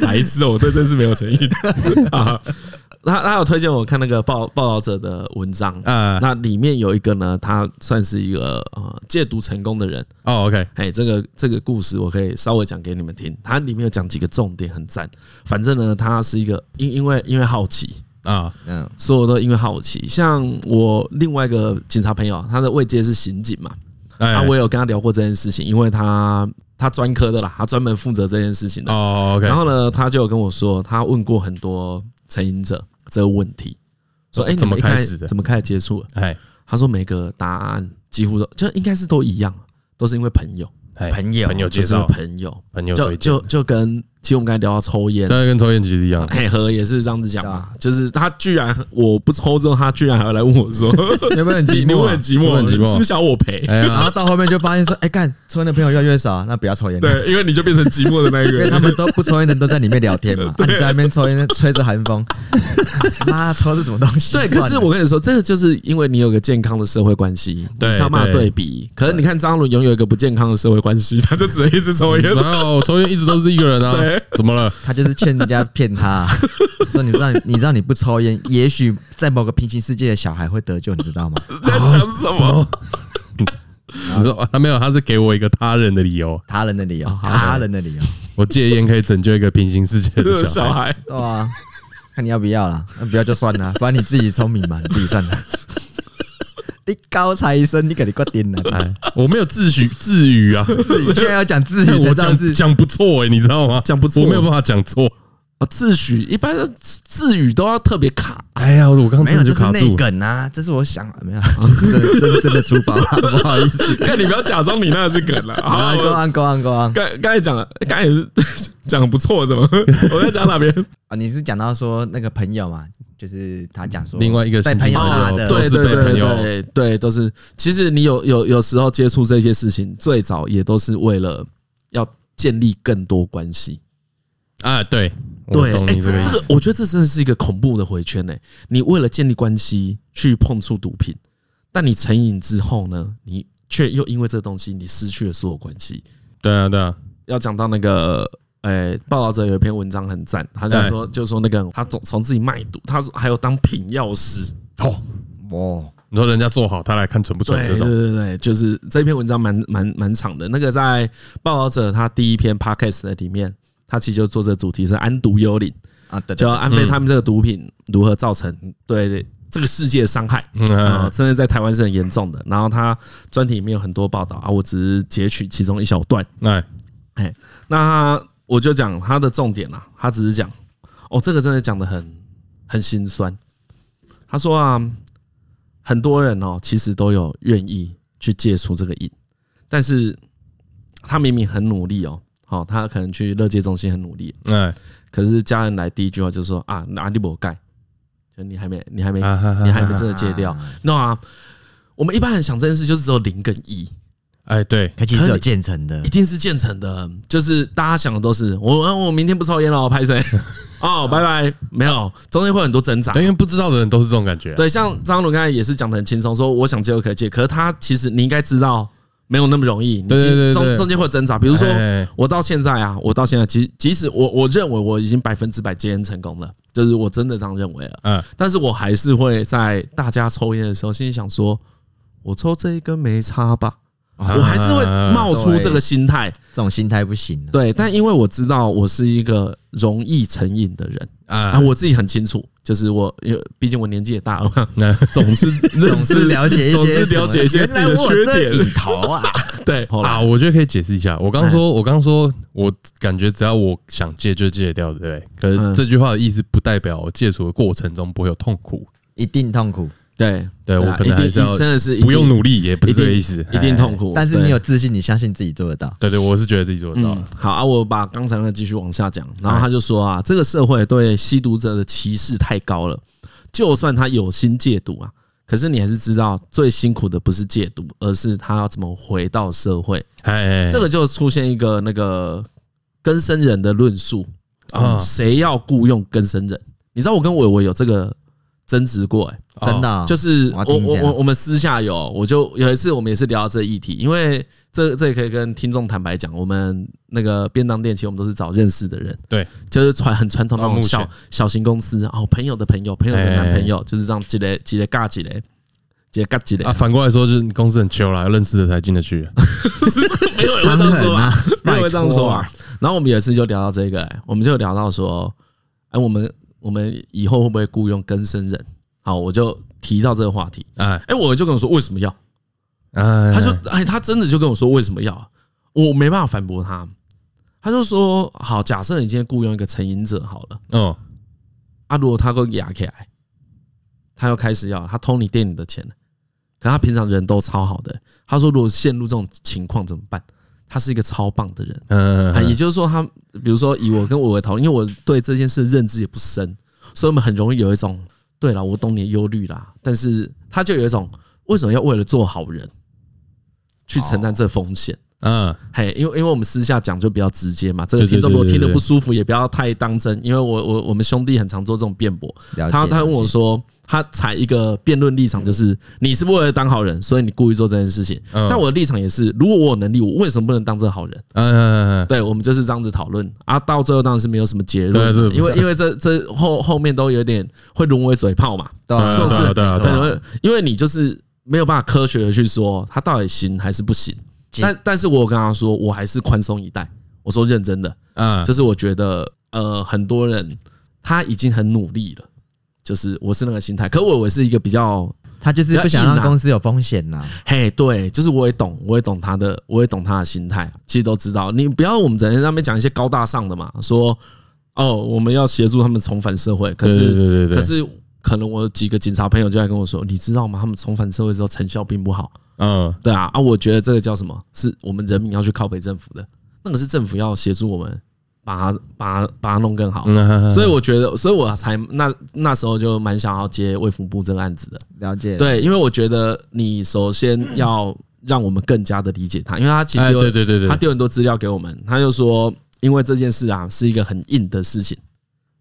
Speaker 2: 白痴哦，我对这是没有诚意的啊。他他有推荐我看那个报报道者的文章，
Speaker 1: 啊、
Speaker 2: 那里面有一个呢，他算是一个呃戒毒成功的人。
Speaker 1: 哦，OK，
Speaker 2: 哎，这个这个故事我可以稍微讲给你们听。它里面有讲几个重点，很赞。反正呢，他是一个因因为因为好奇，
Speaker 1: 啊，
Speaker 3: 嗯，
Speaker 2: 所有都因为好奇。像我另外一个警察朋友，他的位阶是刑警嘛，
Speaker 1: 哎，
Speaker 2: 啊，我也有跟他聊过这件事情，因为他他专科的啦，他专门负责这件事情的。
Speaker 1: 哦，OK，
Speaker 2: 然后呢，他就有跟我说，他问过很多成瘾者这个问题，说：“哎、你
Speaker 1: 哦怎么
Speaker 2: 们一开
Speaker 1: 开始的
Speaker 2: 怎么开始接触的
Speaker 1: 哎，？”
Speaker 2: 他说：“每个答案几乎都就应该是都一样，啊都是因为朋友，
Speaker 1: 哎
Speaker 3: 朋友
Speaker 1: 朋友
Speaker 2: 就
Speaker 1: 介
Speaker 2: 是因为
Speaker 1: 绍，
Speaker 2: 朋友，
Speaker 1: 朋友
Speaker 2: 就
Speaker 1: 推荐，
Speaker 2: 就就跟其实我们刚才聊到抽烟，
Speaker 1: 这跟抽烟其实一样，
Speaker 2: 嘿和也是这样子讲嘛
Speaker 3: 对，啊
Speaker 2: 就是他居然我不抽之后，他居然还要来问我 说
Speaker 3: 有没有很
Speaker 2: 你
Speaker 3: 寂
Speaker 2: 你会
Speaker 3: 寞
Speaker 2: 很
Speaker 3: 啊？
Speaker 2: 寂
Speaker 1: 你
Speaker 2: 寞，
Speaker 1: 会很寂寞
Speaker 2: 是不是想我陪？
Speaker 1: 哎
Speaker 3: 然
Speaker 1: 呀，
Speaker 3: 后到后面就发现说，哎，干抽烟的朋友越来越少，啊那不要抽烟了。
Speaker 2: 对，因为你就变成寂寞的那一
Speaker 3: 因
Speaker 2: 个
Speaker 3: 为
Speaker 2: 人
Speaker 3: 他。们都不抽烟的人都在里面聊天嘛，啊、你在那边抽烟，吹着寒 风，妈抽是什么东西？
Speaker 2: 对，可
Speaker 3: 算
Speaker 2: 是
Speaker 3: 了
Speaker 2: 我跟你说，这个就是因为你有个健康的社会关系，
Speaker 1: 对
Speaker 2: 你才有办法对比。可是你看张伦拥有一个不健康的社会关系，他就只能一直抽烟。
Speaker 1: 然后抽烟一直都是一个人啊
Speaker 2: 对，
Speaker 1: 怎么了？
Speaker 3: 他就是欠人家骗他、啊说你知道你知道你不抽烟，也许在某个平行世界的小孩会得救，你知道吗？
Speaker 2: 你在讲什么？
Speaker 1: 你说啊，没有，他是给我一个他人的理由，
Speaker 3: 他人的理由，他人的哦理由，
Speaker 1: 我戒烟可以拯救一个平行世界
Speaker 2: 这个
Speaker 1: 的
Speaker 2: 小
Speaker 1: 小孩，
Speaker 2: 孩，
Speaker 3: 对啊，看你要不要啦，那不要就算了，不然你自己聪明嘛，你自己算了。你高材生，你肯定挂点了。
Speaker 1: 哎，我没有自诩自语 啊，
Speaker 3: 自己现在要讲自
Speaker 1: 但
Speaker 3: 己
Speaker 1: 我
Speaker 3: 才知道是
Speaker 1: 讲讲不错哎，你知道吗？
Speaker 2: 讲不错
Speaker 1: 我没有办法讲错。
Speaker 2: 啊自诩一般的自诩都要特别卡，
Speaker 1: 哎呀，我刚刚
Speaker 3: 没
Speaker 1: 真
Speaker 3: 有，
Speaker 1: 的就
Speaker 3: 这是
Speaker 1: 卡
Speaker 3: 内
Speaker 1: 住，
Speaker 3: 梗啊，这是我想的，没有，这是这是真的粗暴啊，不好意思。
Speaker 2: 看你不要假装你那个是梗了。 好，
Speaker 3: 啊，
Speaker 2: 我
Speaker 3: go on go on go on
Speaker 2: 刚刚才讲了，刚才也是讲得不错， 怎么？我在讲哪边？
Speaker 3: 啊！你是讲到说那个朋友嘛，就是他讲说
Speaker 1: 另外一个
Speaker 3: 在
Speaker 1: 新
Speaker 3: 朋友
Speaker 1: 朋友
Speaker 3: 拉的，
Speaker 1: 都
Speaker 2: 啊哦对
Speaker 1: 是
Speaker 2: 对
Speaker 1: 被
Speaker 2: 对
Speaker 1: 朋友
Speaker 2: 对对，都是。其实你有有有时候接触这些事情，最早也都是为了要建立更多关系。
Speaker 1: 啊，对，我
Speaker 2: 对，
Speaker 1: 懂
Speaker 2: 哎，
Speaker 1: 你这个
Speaker 2: 这
Speaker 1: 意
Speaker 2: 这
Speaker 1: 思
Speaker 2: 个，我觉得这真的是一个恐怖的回圈呢。你为了建立关系去碰触毒品，但你成瘾之后呢，你却又因为这东西，你失去了所有关系。
Speaker 1: 对啊，对啊，
Speaker 2: 要讲到那个，诶、报道者有一篇文章很赞，他讲说，就是说那个他从从自己卖毒，他说还有当品药师，
Speaker 1: 哦，
Speaker 3: 哦，
Speaker 1: 你说人家做好，他来看准不准
Speaker 2: 对
Speaker 1: 这
Speaker 2: 对
Speaker 1: 种，
Speaker 2: 对对，就是这篇文章蛮蛮蛮长的。那个在报道者他第一篇 podcast 的里面，他其实就做这主题是安毒幽灵，
Speaker 3: 啊，对
Speaker 2: 就
Speaker 3: 对，
Speaker 2: 安非他们这个毒品如何造成对这个世界的伤害。
Speaker 1: 嗯
Speaker 2: 啊，
Speaker 1: 啊，
Speaker 2: 真的在台湾是很严重的。然后他专题里面有很多报道啊，我只是截取其中一小段。
Speaker 1: 哎，
Speaker 2: 那我就讲他的重点啦、他只是讲，哦，这个真的讲的很很心酸。他说啊，很多人哦，其实都有愿意去戒除这个瘾，但是他明明很努力哦，好、他可能去乐界中心很努力，
Speaker 1: 哎，
Speaker 2: 可是家人来第一句话就说啊，哪里我盖，就你还没，你还没，
Speaker 1: 啊哈哈哈
Speaker 2: 你还没真的戒掉
Speaker 3: 啊。
Speaker 2: 那、我们一般人想这件事就是只有零跟一，
Speaker 1: 哎，对，
Speaker 4: 它其实是有建成的
Speaker 2: 一，定是建成的，就是大家想的都是我，啊我明天不抽烟了，拍 谁？哦，拜拜，没有，中间会有很多挣扎。
Speaker 1: 对因为不知道的人都是这种感觉啊。
Speaker 2: 对，像张鲁刚才也是讲的很轻松，说我想戒就可以戒，可是他其实你应该知道没有那么容易，你
Speaker 1: 对对
Speaker 2: 其
Speaker 1: 对
Speaker 2: 实
Speaker 1: 对
Speaker 2: 中中间会有挣扎。比如说
Speaker 1: 哎
Speaker 2: 我到现在啊，我到现在，其实即使我我认为我已经百分之百戒烟成功了，就是我真的这样认为了，
Speaker 1: 嗯，
Speaker 2: 但是我还是会在大家抽烟的时候，心里想说，我抽这一根没差吧，
Speaker 1: 啊
Speaker 2: 我还是会冒
Speaker 1: 哎
Speaker 2: 出这个心态。
Speaker 3: 这种心态不行、啊。
Speaker 2: 对，但因为我知道我是一个容易成瘾的人啊，
Speaker 1: 啊，
Speaker 2: 我自己很清楚，就是我，因为毕竟我年纪也大了嘛，
Speaker 1: 那
Speaker 2: 总 是
Speaker 3: 总是了解一些
Speaker 2: 总是
Speaker 3: 什么
Speaker 2: 了解一些自己的缺
Speaker 3: 原来我这
Speaker 2: 点。
Speaker 3: 瘾头 啊，
Speaker 2: 对，后
Speaker 1: 啊，
Speaker 2: 来
Speaker 1: 我觉得可以解释一下。我刚说，我刚说，我感觉只要我想戒就戒得掉，对不对？可
Speaker 2: 嗯
Speaker 1: 是这句话的意思不代表我戒除的过程中不会有痛苦。
Speaker 3: 一定痛苦。
Speaker 2: 对
Speaker 1: 对我
Speaker 2: 啊
Speaker 1: 可能
Speaker 2: 一定
Speaker 1: 还是要
Speaker 2: 真的是一定
Speaker 1: 不用努力也不
Speaker 2: 一
Speaker 1: 是这
Speaker 2: 定
Speaker 1: 个意思，
Speaker 2: 一定
Speaker 1: 哎
Speaker 2: 痛。苦。
Speaker 3: 但是
Speaker 2: 对
Speaker 3: 你有自信，你相信自己做得到。
Speaker 1: 对对，我是觉得自己做得到
Speaker 2: 嗯
Speaker 1: 了。，
Speaker 2: 好啊，我把刚才那个继续往下讲，然
Speaker 1: 哎
Speaker 2: 后他就说啊，这个社会对吸毒者的歧视太高了，就算他有心戒毒啊，可是你还是知道最辛苦的不是戒毒，而是他要怎么回到社会。
Speaker 1: 哎，
Speaker 2: 这个就出现一个那个更生人的论述
Speaker 1: 啊
Speaker 2: 啊，谁要雇佣更生人？你知道我跟伟伟有这个争执过、欸，
Speaker 1: 哦
Speaker 3: 真的啊、
Speaker 2: 就是
Speaker 3: 我
Speaker 2: 我
Speaker 3: 要听一
Speaker 2: 我
Speaker 3: 下
Speaker 2: 我我们私下有，我就有一次我们也是聊到这议题，因为这这也可以跟听众坦白讲，我们那个便当店其实我们都是找认识的人，
Speaker 1: 对，
Speaker 2: 就是传很传统
Speaker 3: 哦
Speaker 2: 那
Speaker 1: 到
Speaker 2: 种
Speaker 1: 目前
Speaker 2: 小小型公司哦，朋友的朋友，朋友的男朋
Speaker 3: 哎
Speaker 2: 友，就是这样积累积累尬积累。几个尬几嘞
Speaker 1: 啊，？反过来说，就是公司很穷啦，认识的才进得去。
Speaker 2: 没有人会这样说吧？没有人会这样说
Speaker 3: 拜
Speaker 2: 吧？然后我们有一次就聊到这个、欸我们就聊到说，哎，我们我们以后会不会雇佣更生人？好，我就提到这个话题。
Speaker 1: 哎
Speaker 2: 哎，我就跟我说为什么要？
Speaker 1: 哎，
Speaker 2: 他就哎，他真的就跟我说为什么要，啊我没办法反驳他。他就说好，假设你今天雇佣一个成瘾者好了，
Speaker 1: 哦，
Speaker 2: 啊，如果他给我压起来，他又开始要他偷你店里的钱，可他平常人都超好的。他说如果陷入这种情况怎么办？他是一个超棒的人，
Speaker 1: 嗯，
Speaker 2: 啊，也就是说他比如说以我跟我的讨论，因为我对这件事的认知也不深，所以我们很容易有一种对了，我懂你的忧虑啦，但是他就有一种为什么要为了做好人去承担这风险？
Speaker 1: 嗯，
Speaker 2: 嘿，因为因为我们私下讲就比较直接嘛，这个
Speaker 1: 对对
Speaker 2: 听众如果
Speaker 1: 对对
Speaker 2: 听得
Speaker 1: 对
Speaker 2: 不舒服，也不要太当真，因为我我我们兄弟很常做这种辩驳，
Speaker 3: 了解
Speaker 2: 他他问
Speaker 3: 了
Speaker 2: 我
Speaker 3: 解
Speaker 2: 说，他采一个辩论立场，就是你是不是为了当好人，所以你故意做这件事情。
Speaker 1: 嗯
Speaker 2: 但我的立场也是，如果我有能力，我为什么不能当这个好人？
Speaker 1: 嗯，
Speaker 2: 对，我们就是这样子讨论啊，到最后当然是没有什么结论
Speaker 1: 对
Speaker 2: 嘛，
Speaker 1: 是
Speaker 2: 因为因为这这后后面都有点会沦为嘴炮嘛，
Speaker 3: 对啊，
Speaker 1: 对啊
Speaker 3: 这种事
Speaker 1: 对啊对
Speaker 2: 对，
Speaker 1: 啊
Speaker 2: 因为因为你就是没有办法科学的去说它到底行还是不行。
Speaker 3: 行
Speaker 2: 但但是我有跟他说，我还是宽松一待，我说认真的，
Speaker 1: 嗯，
Speaker 2: 就是我觉得呃，很多人他已经很努力了，就是我是那个心态。可我我是一个比较
Speaker 3: 他就是不想让
Speaker 2: 啊
Speaker 3: 公司有风险呐、
Speaker 2: 嘿，对，就是我也懂，我也懂他的，我也懂他的心态，其实都知道。你不要我们整天在那边讲一些高大上的嘛，说哦，我们要协助他们重返社会，可
Speaker 1: 对
Speaker 2: 是
Speaker 1: 对对对对，
Speaker 2: 可是可能我有几个警察朋友就在跟我说，你知道吗？他们重返社会之后成效并不好。
Speaker 1: 嗯，
Speaker 2: 对啊，啊，我觉得这个叫什么？是我们人民要去靠北政府的，那个是政府要协助我们把它把它把它弄更好。
Speaker 1: 嗯，
Speaker 2: 所以我觉得，所以我才那那时候就蛮想要接卫福部这个案子的。
Speaker 3: 了解，
Speaker 2: 对，因为我觉得你首先要让我们更加的理解他，因为他其实
Speaker 1: 哎，
Speaker 2: 丢、
Speaker 1: 对对对对
Speaker 2: 他，丢很多资料给我们，他就说，因为这件事啊是一个很硬的事情，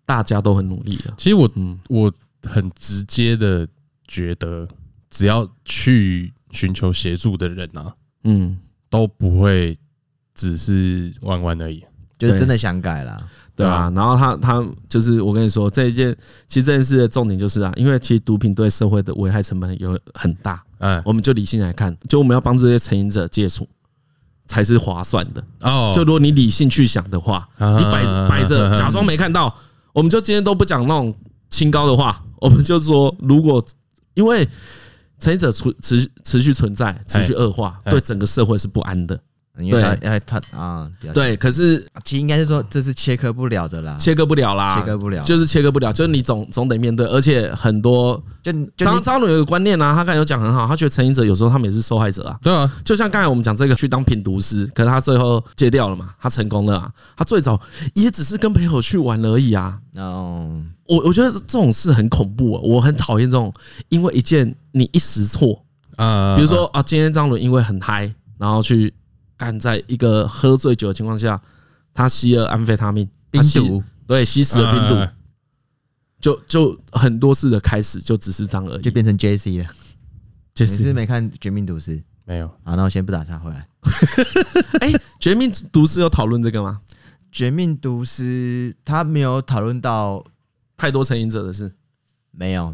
Speaker 2: 大家都很努力的。
Speaker 1: 其实我
Speaker 2: 嗯，
Speaker 1: 我很直接的觉得，只要去寻求协助的人啊，
Speaker 2: 嗯，
Speaker 1: 都不会只是玩玩而已。
Speaker 3: 就是真的想改啦。
Speaker 2: 对
Speaker 1: 对啊
Speaker 2: 啊。然后他他就是我跟你说这一件，其实这件事的重点就是啊，因为其实毒品对社会的危害成本有很大，
Speaker 1: 嗯，
Speaker 2: 我们就理性来看，就我们要帮这些成瘾者戒除才是划算的。
Speaker 1: 哦，
Speaker 2: 就如果你理性去想的话，
Speaker 1: 啊
Speaker 2: 你摆着摆着假装没看到，我们就今天都不讲那种清高的话， 我们就说，如果因为成瘾者持持持续存在、持续恶化，
Speaker 1: 哎
Speaker 2: 对整个社会是不安的。
Speaker 3: 因为他
Speaker 2: 对
Speaker 3: 要他啊，
Speaker 1: 哎
Speaker 3: 了解，
Speaker 2: 对，可是
Speaker 3: 其实应该是说这是切割不了的啦，
Speaker 2: 切割不了啦，
Speaker 3: 切割不了
Speaker 2: 就是切割不了，就是你总总得面对，而且很多
Speaker 3: 就就
Speaker 2: 张
Speaker 3: 你
Speaker 2: 张鲁有个观念啊，他刚才有讲很好，他觉得成瘾者有时候他们也是受害者啊。
Speaker 1: 对啊，
Speaker 2: 就像刚才我们讲这个去当品毒师，可是他最后戒掉了嘛，他成功了啊。他最早也只是跟朋友去玩而已啊。
Speaker 3: 哦，
Speaker 2: 我我觉得这种事很恐怖、啊，我很讨厌这种，因为一件你一时错，
Speaker 1: 啊，
Speaker 3: 嗯
Speaker 2: 比如说啊，今天张伦因为很嗨，然后去干，在一个喝醉酒的情况下，他吸了安非他命，他吸，对，吸食了冰
Speaker 3: 嗯
Speaker 2: 毒，
Speaker 1: 哎
Speaker 2: 就就很多事的开始就只是这样而
Speaker 3: 就
Speaker 2: 已。
Speaker 3: 变成 J C 了。
Speaker 2: 就
Speaker 3: 你是不是
Speaker 2: 是
Speaker 3: 没看《绝命毒师》？
Speaker 1: 没有，
Speaker 3: 好，那我先不打岔，回来。
Speaker 2: 哎，《绝命毒师》有讨论这个吗？
Speaker 3: 《绝命毒师》他没有讨论到，
Speaker 2: 太多成瘾者的事，
Speaker 3: 没有，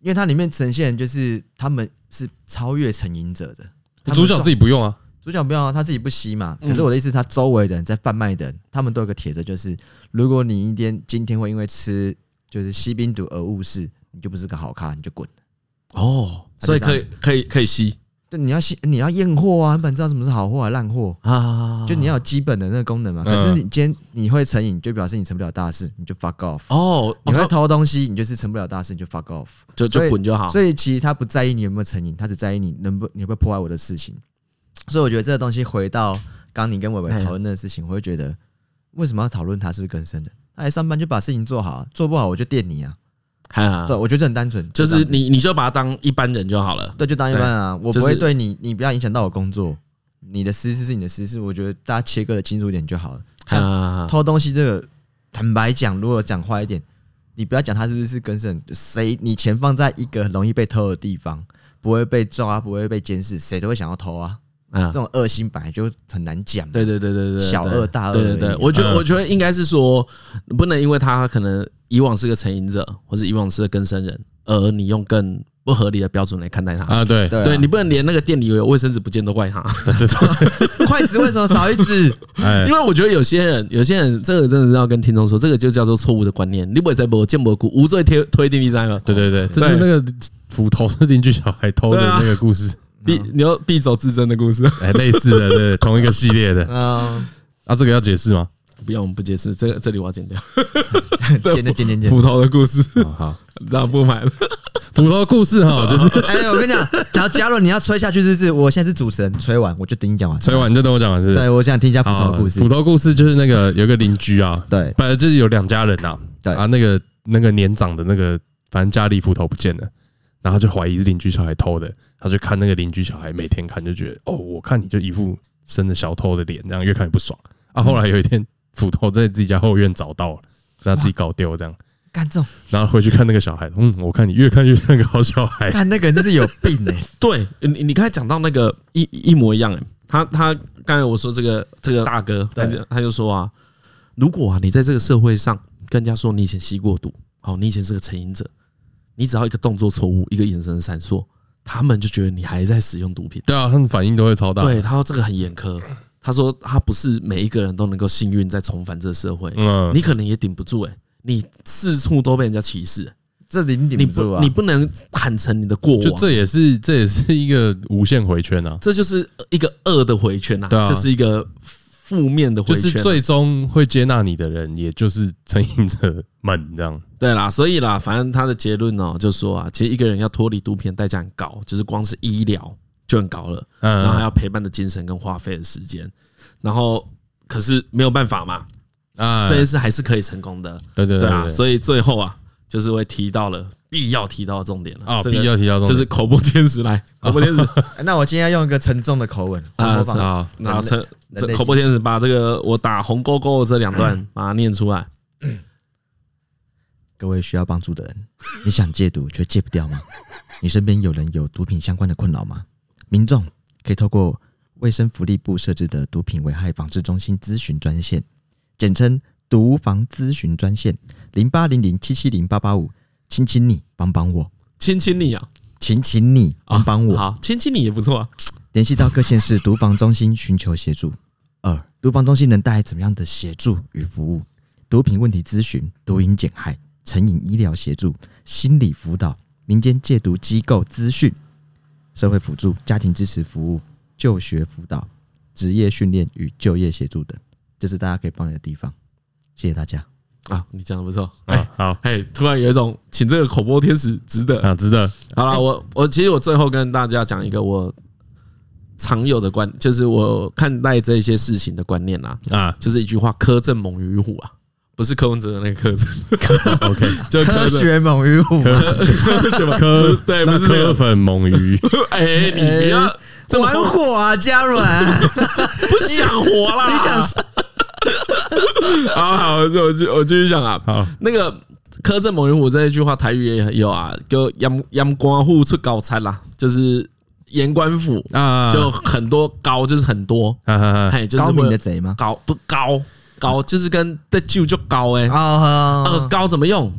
Speaker 3: 因为它里面呈现的就是他们是超越成瘾者的。他们
Speaker 1: 主角自己不用啊，
Speaker 3: 主角不要啊他自己不吸嘛。可是我的意思，他周围的人在贩卖的人，他们都有个铁则，就是如果你一天今天会因为吃就是吸冰毒而误事，你就不是个好咖，你就滚。
Speaker 2: 哦，所以可以可以可以吸
Speaker 3: 对，你要吸，你要验货啊，你本知道什么是好货啊、烂货，
Speaker 2: 啊，
Speaker 3: 就你要有基本的那个功能嘛。可是你今天你会成瘾，就表示你成不了大事，你就 fuck off。
Speaker 2: 哦，
Speaker 3: 你会
Speaker 2: 哦
Speaker 3: 偷东西，你就是成不了大事，你就 fuck off。
Speaker 2: 就
Speaker 3: 所
Speaker 2: 就
Speaker 3: 以
Speaker 2: 滚就好。
Speaker 3: 所以其实他不在意你有没有成瘾，他只在意你能不你会不会破坏我的事情。所以我觉得这个东西回到刚刚你跟伟伟讨论的事情，我会觉得为什么要讨论他是不是更生人？他来上班就把事情做好、啊，做不好我就电你啊。
Speaker 2: 啊
Speaker 3: 对，，我觉得这很单纯，
Speaker 2: 就是
Speaker 3: 这样子
Speaker 2: 你你就把它当一般人就好了。
Speaker 3: 对就当一般啊，我
Speaker 2: 就
Speaker 3: 不会
Speaker 2: 是
Speaker 3: 对你，你不要影响到我工作。你的私事是你的私事，我觉得大家切割的清楚一点就好了。像
Speaker 2: 啊，
Speaker 3: 偷东西这个，坦白讲，如果讲坏一点，你不要讲他是不是跟生人，谁你钱放在一个很容易被偷的地方，不会被抓，不会被监视，谁都会想要偷啊。
Speaker 2: 啊
Speaker 3: 这，种恶心本来就很难讲。
Speaker 2: 对对对对对，对
Speaker 3: 小恶大恶
Speaker 2: 对对对
Speaker 3: 而已，啊
Speaker 2: 我觉得
Speaker 1: 嗯
Speaker 2: 我觉得应该是说，不能因为他可能以往是个成瘾者，或是以往是个更生人，而你用更不合理的标准来看待他。
Speaker 1: 啊，对，
Speaker 3: 对啊
Speaker 2: 对你不能连那个店里有卫生纸不见都怪他，
Speaker 3: 筷子为什么少一 只？
Speaker 1: 哎
Speaker 2: 因，为我觉得有些人，有些人这个真的是要跟听众说，这个就叫做错误的观念。你不是不见不顾，无罪推推定第三个，
Speaker 1: 对对对，这是那个斧头是邻居小孩偷的
Speaker 2: 啊
Speaker 1: 那个故事，
Speaker 2: 必
Speaker 3: 嗯
Speaker 2: 你要必走自珍的故事。
Speaker 1: 哎，类似的，对，同一个系列的。
Speaker 3: 嗯，
Speaker 1: 啊，这个要解释吗？
Speaker 2: 不要，我们不解释，这个这里我要剪 掉。
Speaker 3: 剪的剪剪剪。
Speaker 2: 斧头的故 事，
Speaker 1: 啊好，
Speaker 2: 这样不买了。
Speaker 1: 斧头故事哈，就是
Speaker 3: 哎、我跟你讲，假如假如你要吹下去，是不是？我现在是主持人，吹完我就等你讲完。
Speaker 1: 所以完，你再等我讲完是不是。
Speaker 3: 对，我想听一下斧头
Speaker 2: 哦
Speaker 3: 的故事。
Speaker 1: 斧头故事就是那个有一个邻居啊，
Speaker 3: 对
Speaker 1: 本来就是有两家人啊，
Speaker 3: 对
Speaker 1: 啊，那个那个年长的那个，反正家里斧头不见了，然后他就怀疑是邻居小孩偷的，他就看那个邻居小孩每天看，就觉得哦，我看你就一副生的小偷的脸，这样越看越不爽。啊，后来有一天斧头在自己家后院找到了，让他自己搞丢这样，
Speaker 3: 干这种，
Speaker 1: 然后回去看那个小孩，嗯，我看你越看越像个好小孩，
Speaker 3: 干那个人真是有病哎、
Speaker 2: 对你，你刚才讲到那个一一模一样、欸，他他刚才我说这个这个大哥，他
Speaker 3: 对
Speaker 2: 就他就说啊，如果啊你在这个社会上跟人家说你以前吸过毒，好，你以前是个成瘾者，你只要一个动作错误，一个眼神闪烁，他们就觉得你还在使用毒品。
Speaker 1: 对啊，他们反应都会超大，
Speaker 2: 对，他说这个很严苛，他说他不是每一个人都能够幸运再重返这个社会，
Speaker 1: 嗯，
Speaker 2: 你可能也顶不住哎、你四处都被人家歧视欸，
Speaker 3: 这顶顶
Speaker 2: 你
Speaker 3: 不住
Speaker 2: 不
Speaker 3: 啊！
Speaker 2: 你不能坦诚你的过往，
Speaker 1: 就这也是这也是一个无限回圈啊。
Speaker 2: 这就是一个恶的回圈呐、
Speaker 1: 对啊
Speaker 2: 就是一个负面的
Speaker 1: 就
Speaker 2: 回圈、啊
Speaker 1: 是最终会接纳你的人，也就是成瘾者们这样。
Speaker 2: 对啦，所以啦，反正他的结论哦，就说啊，其实一个人要脱离毒品的代价很高，就是光是医疗就很高了，然后还
Speaker 1: 嗯
Speaker 2: 要陪伴的精神跟花费的时间，然后可是没有办法嘛，
Speaker 1: 啊
Speaker 2: 这件事还是可以成功的，
Speaker 1: 对对
Speaker 2: 对啊，
Speaker 1: 对，
Speaker 2: 所以最后啊，就是会提到了必要提到的重点了
Speaker 1: 啊，
Speaker 2: 这个
Speaker 1: 必要提到这种
Speaker 2: 就是口播天使 来，口播天使
Speaker 3: 哎那我今天要用一个沉重的口吻
Speaker 2: 啊
Speaker 3: 模
Speaker 2: 是
Speaker 3: 仿。
Speaker 1: 啊，
Speaker 2: 然后这
Speaker 3: 人类
Speaker 2: 这
Speaker 3: 性
Speaker 2: 口播天使把这个我打红勾勾的这两 段把它念出来。
Speaker 3: 各位需要帮助的人， 你想戒毒却戒不掉吗？你身边有人有毒品相关的困扰吗？民众可以透过卫生福利部设置的毒品危害防治中心咨询专线，简称毒防咨询专线零八零零七七零八八五，亲亲你帮帮我，
Speaker 2: 亲亲你啊，
Speaker 3: 请请你帮帮我，
Speaker 2: 好，亲亲你也不错啊。
Speaker 3: 联系到各县市毒防中心寻求协助。二、毒防中心能带来怎么样的协助与服务？毒品问题咨询、毒瘾减害、成瘾医疗协助、心理辅导、民间戒毒机构资讯、社会辅助、家庭支持服务、就学辅导、职业训练与就业协助等，这是大家可以帮你的地方。谢谢大家。
Speaker 2: 啊，你讲的不错。哎
Speaker 1: 啊，好
Speaker 2: 哎，突然有一种请这个口播天使哎值得。
Speaker 1: 啊，值得
Speaker 2: 好了，我我其实我最后跟大家讲一个我常有的观，就是我看待这些事情的观念啦、
Speaker 1: 啊，
Speaker 2: 就是一句话：苛政猛于虎啊，不是柯文哲的那个柯 哲，
Speaker 1: OK，
Speaker 2: 就
Speaker 3: 科
Speaker 2: 柯哲
Speaker 3: 学猛于我，
Speaker 2: 什么
Speaker 1: 科
Speaker 2: 对不
Speaker 1: 那
Speaker 2: 是这
Speaker 1: 科
Speaker 2: 个
Speaker 1: 粉 猛鱼，
Speaker 2: 哎，你不要这么
Speaker 3: 玩火啊，嘉伦，
Speaker 2: 不想 活啦！
Speaker 3: 你想
Speaker 2: 好好，我就我继我继续讲啊。
Speaker 1: 好，
Speaker 2: 那个“苛政猛于虎”这一句话，台语也有啊，就“阳阳光户出高餐”啦，就是盐官府
Speaker 1: 啊，
Speaker 2: 就很多高，就是很多，
Speaker 1: 啊啊啊
Speaker 2: 哎，就是
Speaker 3: 高
Speaker 2: 会
Speaker 3: 明的贼吗？
Speaker 2: 高不高高，就是跟在就就高
Speaker 1: 啊
Speaker 2: 哎，呃
Speaker 3: 哦，
Speaker 2: 高怎么用？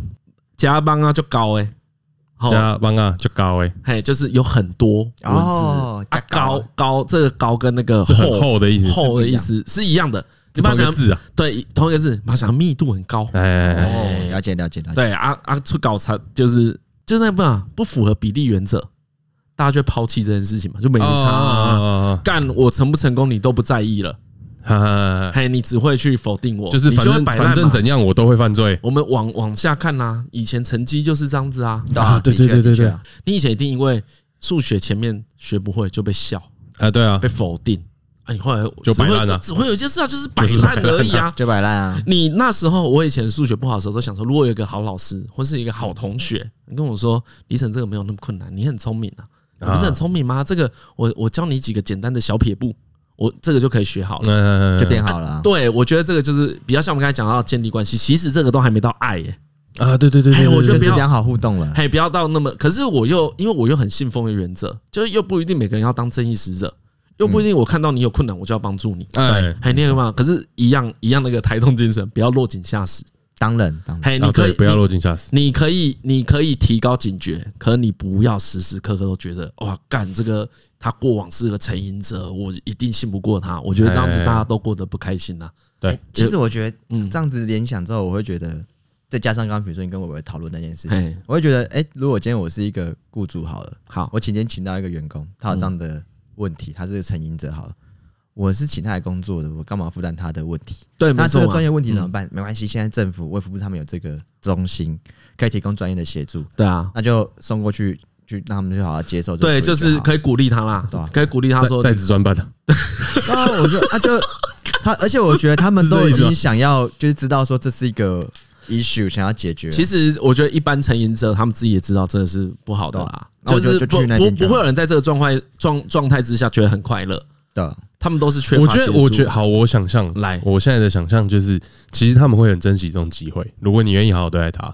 Speaker 2: 加班啊就高哎，好，
Speaker 1: 加帮啊就高哎，
Speaker 2: 哎，就是有很多文字
Speaker 3: 哦
Speaker 2: 啊
Speaker 3: 加，
Speaker 2: 高
Speaker 3: 高
Speaker 2: 高这个高跟那个
Speaker 1: 是很
Speaker 2: 厚
Speaker 1: 厚的意思，
Speaker 2: 厚的意思是一样的，
Speaker 1: 是同一个
Speaker 2: 想
Speaker 1: 字啊，
Speaker 2: 对，同一个字，马上密度很高。
Speaker 1: 哎哎哎，哎
Speaker 3: 哦，了解了解了解，
Speaker 2: 对啊啊，出搞差就是就那不啊不符合比例原则，大家就会抛弃这件事情嘛，就没差啊、
Speaker 1: 哦哦
Speaker 2: 干我成不成功你都不在意了，
Speaker 1: 哦哦哦，
Speaker 2: 嘿，你只会去否定我，
Speaker 1: 就是
Speaker 2: 哦你
Speaker 1: 反
Speaker 2: 就会
Speaker 1: 正
Speaker 2: 摆烂嘛
Speaker 1: 反正怎样我都会犯罪
Speaker 2: 我们往往下看啦、以前成绩就是这样子啊，
Speaker 1: 啊对对对对对
Speaker 3: 的确
Speaker 2: 你以前一定因为数学前面学不会就被笑，
Speaker 1: 啊，对啊
Speaker 2: 被，否定啊，你后来
Speaker 1: 就摆烂
Speaker 2: 只
Speaker 1: 啊
Speaker 2: 会只会有一件事啊，就是摆
Speaker 1: 就是摆
Speaker 2: 烂
Speaker 1: 烂啊
Speaker 2: 而已啊。
Speaker 3: 就摆烂啊，
Speaker 2: 你那时候，我以前数学不好的时候，都想说，如果有一个好老师或是一个好同
Speaker 1: 嗯
Speaker 2: 学，你跟我说，李晨这个没有那么困难，你很聪明啊，你不是很聪明吗？这个我我教你几个简单的小撇步，我这个就可以学好了。
Speaker 1: 嗯，
Speaker 3: 就变好了啊。
Speaker 2: 对，我觉得这个就是比较像我们刚才讲到的建立关系，其实这个都还没到爱耶、
Speaker 1: 啊，对对对对，
Speaker 2: 哎我觉
Speaker 1: 对
Speaker 2: 得
Speaker 3: 就是
Speaker 2: 不要
Speaker 3: 良好互动了，
Speaker 2: 嘿，不要到那么，可是我又因为我又很信奉的原则，就是又不一定每个人要当正义使者，又不一定我看到你有困难我就要帮助你，
Speaker 1: 哎，
Speaker 2: 嘿，你有嘛？可是一样一样那个台动精神，不要落井下石，
Speaker 3: 当然当然，
Speaker 2: 嘿，你
Speaker 1: 嗯啊
Speaker 2: 可以
Speaker 1: 对，不要
Speaker 2: 你
Speaker 1: 落井下石，
Speaker 2: 你可以，你可以提高警觉，可你不要时时刻刻都觉得哇，干这个他过往是个成瘾者，我一定信不过他。我觉得这样子
Speaker 1: 哎
Speaker 2: 大家都过得不开心啊呐、
Speaker 1: 对，
Speaker 3: 其实我觉得
Speaker 2: 嗯
Speaker 3: 这样子联想之后，我会觉得，再加上刚刚比如说你跟我伟讨论那件事情，
Speaker 2: 哎，
Speaker 3: 我会觉得，哎，如果今天我是一个雇主好了，
Speaker 2: 好，
Speaker 3: 我今天请到一个员工，他有这样的问题，他是个成瘾者好了，我是请他来工作的，我干嘛负担他的问题？
Speaker 2: 对，没
Speaker 3: 那这
Speaker 2: 错
Speaker 3: 个
Speaker 2: 嘛
Speaker 3: 专业问题怎么办？没关系，现在政府卫福部他们有这个中心，可以提供专业的协助，
Speaker 2: 对啊，
Speaker 3: 那就送过去，去让他们就好好接受这个
Speaker 2: 对，
Speaker 3: 处
Speaker 2: 就
Speaker 3: 理好。
Speaker 2: 是可以鼓励他啦
Speaker 3: 对啊，
Speaker 2: 可以鼓励他
Speaker 1: 在
Speaker 2: 说，
Speaker 1: 在职专班的，
Speaker 3: 啊，我就啊就他，而且我觉得他们都已
Speaker 1: 是这意思
Speaker 3: 经想要，就是知道说这是一个 issue，想要解决。
Speaker 2: 其实我觉得一般成瘾者他们自己也知道这是不好的啦，
Speaker 3: 对啊那我
Speaker 2: 是
Speaker 3: 就就
Speaker 2: 不
Speaker 3: 去那
Speaker 2: 不
Speaker 3: 边就
Speaker 2: 不
Speaker 3: 好
Speaker 2: 会有人在这个状态状状态之下觉得很快乐，
Speaker 3: 的
Speaker 2: 他们都是缺乏
Speaker 1: 我觉得
Speaker 2: 协助
Speaker 1: 我觉得好，我想象
Speaker 2: 来
Speaker 1: 我现在的想象就是，其实他们会很珍惜这种机会，如果你愿意好好对待他，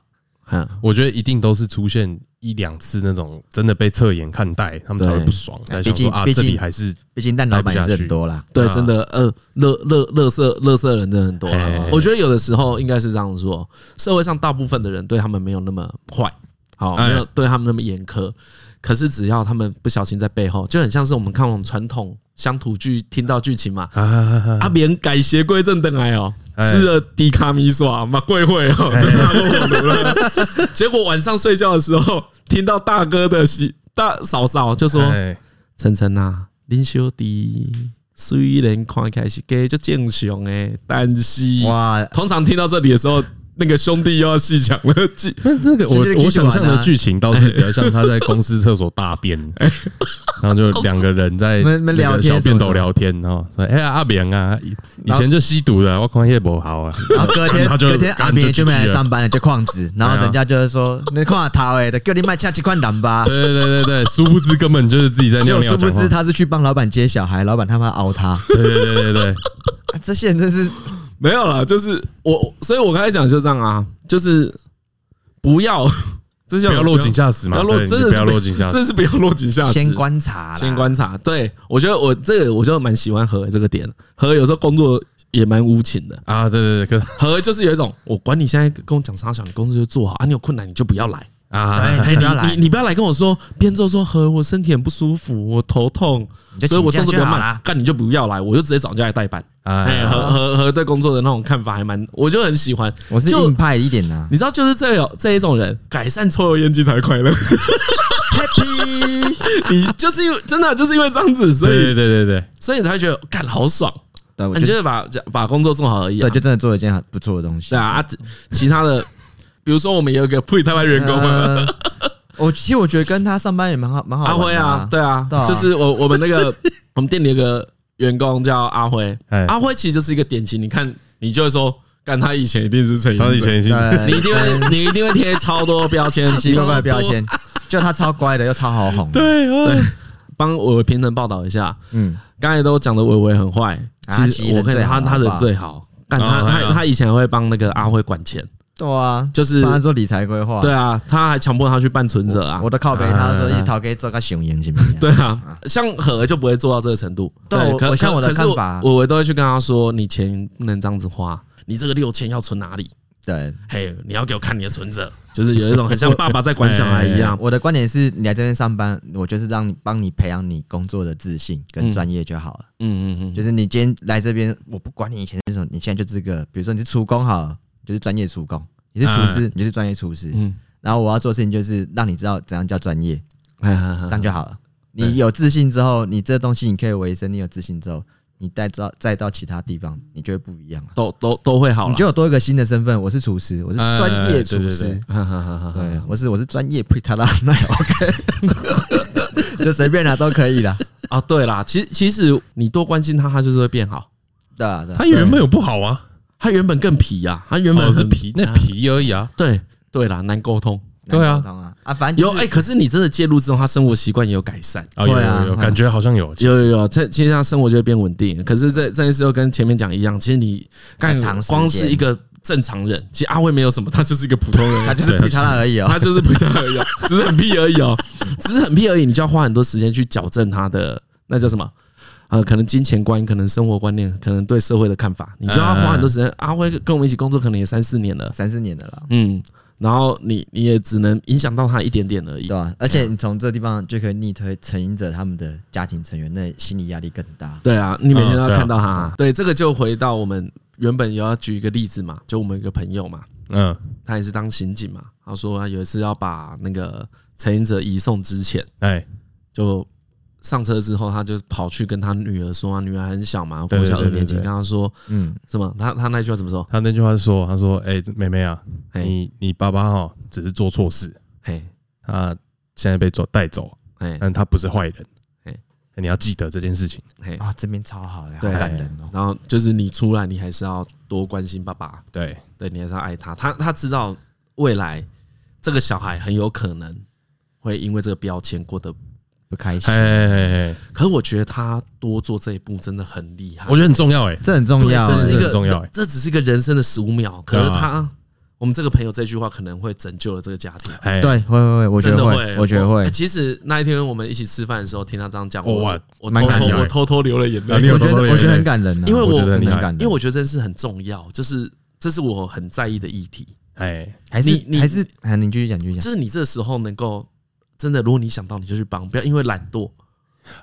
Speaker 2: 嗯
Speaker 1: 我觉得一定都是出现一两次那种真的被侧眼看待，他们才会
Speaker 2: 对
Speaker 1: 不爽，才
Speaker 3: 毕
Speaker 1: 想
Speaker 3: 竟
Speaker 1: 说啊，
Speaker 3: 毕
Speaker 1: 这
Speaker 3: 竟
Speaker 1: 里还是
Speaker 3: 毕竟蛋老板也是很多啦，
Speaker 2: 对，
Speaker 1: 啊
Speaker 2: 真的，呃，乐乐乐色乐色人真的很多啦
Speaker 1: 嘿。
Speaker 2: 我觉得有的时候应该是这样说，社会上大部分的人对他们没有那么坏，好，
Speaker 1: 哎
Speaker 2: 没有对他们那么严苛。可是只要他们不小心在背后，就很像是我们看那种传统乡土剧听到剧情嘛，
Speaker 1: 啊啊
Speaker 2: 啊，别人改邪归正等来哦，
Speaker 1: 哎
Speaker 2: 吃了低卡米耍嘛贵会哦，就大公火炉了。 结果晚上睡觉的时候，听到大哥的喜大嫂嫂就说。
Speaker 1: 哎
Speaker 2: 晨晨啊，恁小弟虽然看起来是假就正常诶，但是
Speaker 3: 哇，
Speaker 2: 通常听到这里的时候，那个兄弟又要细讲了，记
Speaker 1: 那这个我
Speaker 3: 这就是
Speaker 1: 我想象
Speaker 3: Kiss 完
Speaker 1: 的
Speaker 3: 啊
Speaker 1: 剧情倒是比较像他在公司厕所大便，然后就两个人在
Speaker 3: 你们你们聊
Speaker 1: 那个
Speaker 3: 天
Speaker 1: 小
Speaker 3: 什
Speaker 1: 便
Speaker 3: 么
Speaker 1: 斗聊天，然后说哎呀阿扁啊，以以前就吸毒的，我看也不好啊，
Speaker 3: 然后隔天
Speaker 1: 他就
Speaker 3: 隔天阿明就没来上班了，就旷职，然后
Speaker 1: 对啊
Speaker 3: 人家就是说你旷逃哎的，叫你卖下去旷档吧。
Speaker 1: 对对对对对，殊不知根本就是自己在
Speaker 3: 结
Speaker 1: 尿
Speaker 3: 果
Speaker 1: 尿
Speaker 3: 殊不
Speaker 1: 讲话
Speaker 3: 知，他是去帮老板接小孩，老板他妈熬他，啊
Speaker 1: 对对对对对，
Speaker 3: 这些人真是
Speaker 2: 没有啦，就是我，所以我刚才讲就这样啊，就是不要， 这叫
Speaker 1: 不要落井，下石
Speaker 2: 不
Speaker 1: 嘛，
Speaker 2: 要落，
Speaker 1: 对
Speaker 2: 真
Speaker 1: 你
Speaker 2: 的
Speaker 1: 不
Speaker 2: 是
Speaker 1: 要落井下石
Speaker 2: 真，的是不要落井下石，
Speaker 3: 先观察啦，
Speaker 2: 先观察。对我觉得我这个我就蛮喜欢何这个点，何有时候工作也蛮无情的，
Speaker 1: 啊，对对对，可
Speaker 2: 何就是有一种我管你现在跟我讲啥想，你工作就做好啊，你有困难你就不要来。
Speaker 1: 啊，
Speaker 2: 哎，
Speaker 3: 不要来
Speaker 2: 你你你不要来跟我说，边奏说和我身体很不舒服，我头痛，
Speaker 3: 你就
Speaker 2: 所以我动作比
Speaker 3: 请假
Speaker 2: 较
Speaker 3: 就好
Speaker 2: 慢
Speaker 3: 啦，
Speaker 2: 干你就不要来，我就直接找人家来代班。哎，
Speaker 1: 哎，
Speaker 2: 和和和对工作的那种看法还蛮，我就很喜欢。
Speaker 3: 我是
Speaker 2: 就
Speaker 3: 硬派一点啊呐
Speaker 2: 你知道，就是这有这一种人，改善抽油烟机才 快乐。
Speaker 3: ，Happy。
Speaker 2: 你就是因为真的啊就是因为这样子，所
Speaker 1: 对
Speaker 2: 以
Speaker 1: 对对对对，
Speaker 2: 所以你才会觉得干好爽。
Speaker 3: 对，我
Speaker 2: 你
Speaker 3: 觉
Speaker 2: 就
Speaker 3: 得
Speaker 2: 是把把工作做好而已啊。
Speaker 3: 对，就真的做了一件很不错的东西。
Speaker 2: 对啊啊，其他的，比如说我们有一个配台湾员 工嘛，
Speaker 3: 呃我其实我觉得跟他上班也蛮好，蛮好
Speaker 2: 阿
Speaker 3: 玩的。
Speaker 2: 辉啊，对啊
Speaker 3: 对，啊
Speaker 2: 就是我我们那个 我们店里有个员工叫阿辉
Speaker 1: 哎，
Speaker 2: 阿辉其实就是一个典型，你看你就会说，干他以前一定是成瘾者，
Speaker 1: 他以前已经
Speaker 3: 对
Speaker 2: 你一定会你一定会贴超多标签，
Speaker 3: 奇哎奇怪怪的标签，就他超乖的，又超好哄。
Speaker 1: 对
Speaker 2: 对
Speaker 1: 啊，，
Speaker 2: 帮伟伟平等报道一下。
Speaker 3: 嗯，
Speaker 2: 刚才都讲的伟伟很坏，
Speaker 3: 啊
Speaker 2: 其
Speaker 3: 其
Speaker 2: 实
Speaker 3: 实
Speaker 2: 我看
Speaker 3: 人最好
Speaker 2: 他他
Speaker 3: 好不
Speaker 2: 人
Speaker 3: 好
Speaker 2: 最好，但他
Speaker 1: 哦哎呀
Speaker 2: 他他以前会帮那个阿辉管钱，
Speaker 3: 对啊，
Speaker 2: 就是
Speaker 3: 帮他做理财规划。
Speaker 2: 对啊，他还强迫他去办存折啊
Speaker 3: 我。都靠背，他说一头给做个熊眼睛。
Speaker 2: 对啊，像何就不会做到这个程度。
Speaker 3: 对我
Speaker 2: 可
Speaker 3: 我像
Speaker 2: 可
Speaker 3: 我的
Speaker 2: 可是
Speaker 3: 看法
Speaker 2: 我我都会去跟他说，你钱不能这样子花，你这个六千要存哪里？
Speaker 3: 对，
Speaker 2: 嘿，你要给我看你的存折，就是有一种很像爸爸在管小孩一 样。
Speaker 3: 我的观点是你来这边上班，我就是让你帮你培养你工作的自信跟专业就好了。
Speaker 2: 嗯嗯嗯，
Speaker 3: 就是你今天来这边，我不管你以前是什么，你现在就这个，比如说你是厨工好了，就是专业厨工；你是厨师，你就是专业厨师。
Speaker 2: 嗯
Speaker 3: 然后我要做的事情就是让你知道怎样叫专业，
Speaker 2: 哎哎
Speaker 1: 嗯
Speaker 2: 哎
Speaker 3: 这样就好了。你有自信之后，你这东西你可以维生，你有自信之后，你再到再到其他地方，你就会不一样了。
Speaker 2: 都都都会好
Speaker 3: 你
Speaker 2: 了。
Speaker 3: 就有多一个新的身份，我是厨师，我是专业厨
Speaker 1: 哎哎哎
Speaker 3: 师，
Speaker 2: 哈哈哈哈哈
Speaker 3: 对，我是我是专业 p r e t a l a
Speaker 1: 嗯
Speaker 3: n OK，就随便拿都可以啦。
Speaker 2: 啊，对啦，其实其实你多关心他，他就是会变好。
Speaker 3: 对啊，对啊
Speaker 1: 他原本有不好啊，
Speaker 2: 他原本更皮呀、他原本
Speaker 1: 哦
Speaker 2: 很
Speaker 1: 是皮那皮而已啊，
Speaker 2: 对对啦，难沟通。
Speaker 1: 对啊
Speaker 3: 难沟通啊，啊，反正
Speaker 2: 有
Speaker 3: 就是
Speaker 2: 哎、可是你真的介入之后，他生活习哦惯也有改善。
Speaker 1: 啊有
Speaker 3: 对啊
Speaker 1: 有有，感觉好像有，
Speaker 2: 有有有，这其实他生活就会变稳定。可是这这件事又跟前面讲一样，其实你干
Speaker 3: 长时间
Speaker 2: 光是一个正常人，其实阿辉没有什么，他就是一个普通人，
Speaker 3: 他就是
Speaker 1: 对
Speaker 3: p r e t a l a 而已哦。
Speaker 2: 他就是不太而已、哦，只是很屁而已哦，只是很屁而已，你就要花很多时间去矫正他的那叫什么？呃，可能金钱观，可能生活观念，可能对社会的看法，你就要花很多时
Speaker 3: 嗯
Speaker 2: 间。阿辉跟我们一起工作，可能也三四年了，
Speaker 3: 三四年的了啦，
Speaker 2: 嗯，然后你你也只能影响到他一点点而已
Speaker 3: 对。吧、而且你从这地方就可以逆推成瘾者他们的家庭成员，那心理压力更大。
Speaker 2: 对啊，你每天都要
Speaker 1: 嗯对啊
Speaker 2: 看到他、对，这个就回到我们原本也要举一个例子嘛，就我们有一个朋友嘛，
Speaker 1: 嗯，
Speaker 2: 他也是当刑警嘛，他说他有一次要把那个成瘾者移送之前。
Speaker 1: 哎，
Speaker 2: 就上车之后，他就跑去跟他女儿说，女儿很小嘛，
Speaker 1: 对
Speaker 2: 国
Speaker 1: 对
Speaker 2: 小
Speaker 1: 对
Speaker 2: 二年级，
Speaker 1: 对对
Speaker 2: 跟他说
Speaker 3: 嗯，
Speaker 2: 什么？他他那句话怎么说？
Speaker 1: 他那句话是说，他说，哎，妹妹啊，
Speaker 2: 嘿，
Speaker 1: 你你爸爸哈只是做错事，
Speaker 2: 嘿，
Speaker 1: 他现在被走带走，
Speaker 2: 嘿，
Speaker 1: 但他不是坏人
Speaker 2: 哎，
Speaker 1: 你要记得这件事情，
Speaker 2: 嘿。
Speaker 3: 啊，这边超好的，好
Speaker 2: 对
Speaker 3: 感人哦。
Speaker 2: 然后就是你出来，你还是要多关心爸爸，
Speaker 1: 对，
Speaker 2: 对你还是要爱他。他他知道未来这个小孩很有可能会因为这个标签过得，
Speaker 3: 不开心
Speaker 1: 哎，哎哎，哎
Speaker 2: 可是我觉得他多做这一步真的很厉害
Speaker 1: 我。觉得很重要哎，
Speaker 3: 这很重
Speaker 2: 对，
Speaker 3: 要
Speaker 2: 啊这是
Speaker 3: 欸。
Speaker 2: 一
Speaker 1: 这
Speaker 2: 个
Speaker 1: 很重要欸
Speaker 2: 这只是一个人生的十五秒，可是
Speaker 1: 对啊
Speaker 2: 他。我们这个朋友这句话可能会拯救了这个家庭，
Speaker 1: 哎，
Speaker 3: 对，会会会，我觉
Speaker 2: 真
Speaker 3: 得
Speaker 2: 的
Speaker 3: 会，我觉得会
Speaker 2: 欸。其实那一天我们一起吃饭的时候，听他这样讲，我
Speaker 1: 哇
Speaker 2: 我
Speaker 1: 哦蛮
Speaker 2: 偷
Speaker 1: 感
Speaker 2: 偷
Speaker 1: 人
Speaker 2: 我偷偷流了眼
Speaker 1: 啊
Speaker 2: 泪
Speaker 1: 你，有
Speaker 3: 我觉
Speaker 1: 偷偷
Speaker 3: 得
Speaker 1: 流
Speaker 3: 我觉
Speaker 1: 眼
Speaker 3: 得
Speaker 1: 泪
Speaker 3: 很感人啊，
Speaker 2: 因为
Speaker 3: 我
Speaker 2: 我
Speaker 3: 觉得很
Speaker 1: 因为
Speaker 3: 感人，
Speaker 2: 因为我觉得这件事很重要，就是这是我很在意的议题，
Speaker 1: 哎，
Speaker 3: 还是
Speaker 2: 你你
Speaker 3: 还是哎，你继续讲，继续
Speaker 2: 就
Speaker 3: 讲。
Speaker 2: 是你这时候能够真的，如果你想到你就去帮，不要因为懒惰。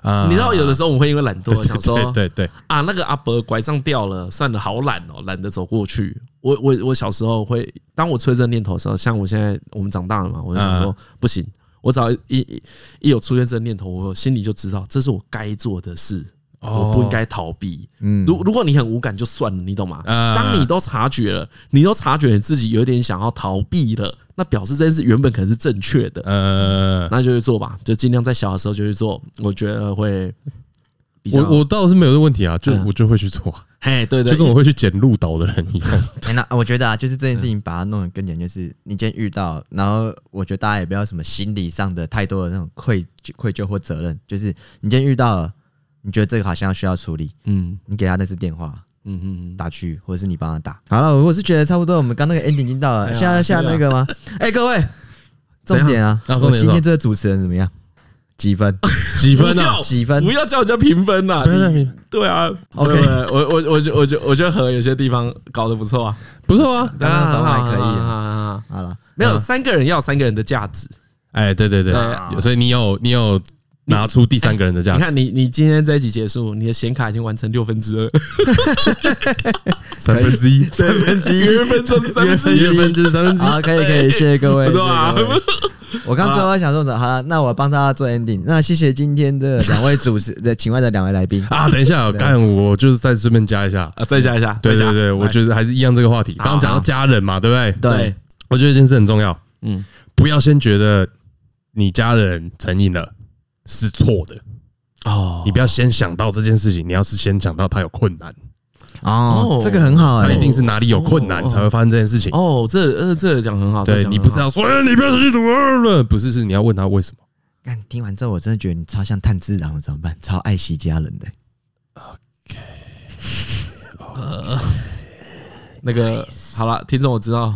Speaker 1: 啊
Speaker 2: 你知道有的时候我们会因为懒
Speaker 1: 对
Speaker 2: 惰想说
Speaker 1: 对对对，
Speaker 2: 啊，那个阿伯拐杖掉了，算了，好懒哦，懒得走过去。我我我小时候会，当我吹这念头的时候，像我现在我们长大了嘛，我就
Speaker 1: 嗯
Speaker 2: 想说不行，我只要一一一有出现这个念头，我心里就知道这是我该做的事，
Speaker 1: 哦
Speaker 2: 我不应该逃避。
Speaker 3: 嗯，
Speaker 2: 如如果你很无感就算了，你懂吗？
Speaker 1: 嗯
Speaker 2: 当你都察觉了，你都察觉你自己有点想要逃避了，那表示这件事原本可能是正确的，
Speaker 1: 呃，
Speaker 2: 那就去做吧，就尽量在小的时候就去做，我觉得会比较。
Speaker 1: 我我倒是没有这个问题啊，就
Speaker 2: 嗯
Speaker 1: 我就会去做啊，
Speaker 2: 嘿，对对，
Speaker 1: 就跟我会去捡鹿岛的人一样。
Speaker 3: 哎那我觉得啊，就是这件事情把它弄得更简单，就是你今天遇到，然后我觉得大家也不要什么心理上的太多的那种愧疚愧疚或责任，就是你今天遇到了，你觉得这个好像要需要处理，
Speaker 2: 嗯
Speaker 3: 你给他那支电话
Speaker 2: 嗯嗯嗯，
Speaker 3: 打去，或者是你帮他打。好了，我是觉得差不多，我们刚那个 ending 已经到
Speaker 2: 哎
Speaker 3: 了，
Speaker 2: 呀
Speaker 3: 下下那个吗？哎，各位，
Speaker 2: 怎
Speaker 3: 重
Speaker 2: 样
Speaker 3: 点啊，
Speaker 1: 啊重
Speaker 3: 我今
Speaker 1: 点是什么
Speaker 3: 天这个主持人怎么样？几分？
Speaker 1: 几分啊？
Speaker 3: 几分
Speaker 2: 不要叫人家评分啦！
Speaker 1: 不要再
Speaker 2: 你
Speaker 1: 评
Speaker 2: 对啊
Speaker 3: OK
Speaker 2: 对我我我觉我觉我觉得和有些地方搞得不错啊，
Speaker 1: 不错啊。
Speaker 3: 刚刚刚刚还可以啊
Speaker 2: 啊，
Speaker 3: 好了，
Speaker 2: 没有三个人要有三个人的价值。
Speaker 1: 哎，对对对，
Speaker 2: 对
Speaker 1: 所以你有你有拿出第三个人的价
Speaker 2: 你
Speaker 1: 值，
Speaker 2: 看，你你今天这一集结束，你的显卡已经完成六分之二，
Speaker 1: 三分之一，
Speaker 3: 三分之 一，
Speaker 2: 原本就是三分之
Speaker 1: 一啊
Speaker 2: 一。
Speaker 1: 分就是三分之一。
Speaker 3: 好，可以可以，谢谢各位。
Speaker 2: 不错啊
Speaker 3: 谢谢各位我刚最后想说什么？好了，那我帮大家做 ending。那谢谢今天的两位主持，的请外的两位来宾。
Speaker 1: 啊，等一下，干，我就是再顺便加一下。
Speaker 2: 啊，再加一下，
Speaker 1: 对
Speaker 2: 再加
Speaker 1: 对对，我觉得还是一样这个话题。刚刚讲到家人嘛，对不对？
Speaker 3: 对，
Speaker 1: 我觉得一件事很重要，
Speaker 2: 嗯，
Speaker 1: 不要先觉得你家人成瘾了是错的，
Speaker 2: 哦
Speaker 1: 你不要先想到这件事情，你要是先想到他有困难，
Speaker 3: 哦
Speaker 2: 哦，
Speaker 3: 这个很好
Speaker 1: 他
Speaker 3: 哎
Speaker 1: 啊一，定是哪里有困难才会发生这件事情。
Speaker 2: 哦，这呃这个讲很好，这个
Speaker 1: 对
Speaker 2: 讲
Speaker 1: 你
Speaker 2: 得
Speaker 1: 不是
Speaker 2: 很好
Speaker 1: 要说，哎，你不要去读了，呃不是，是你要问他为什么。
Speaker 3: 干听完之后，我真的觉得你超像炭治郎的，怎么办？超爱惜家人的，
Speaker 2: 那个好了，听众我知道，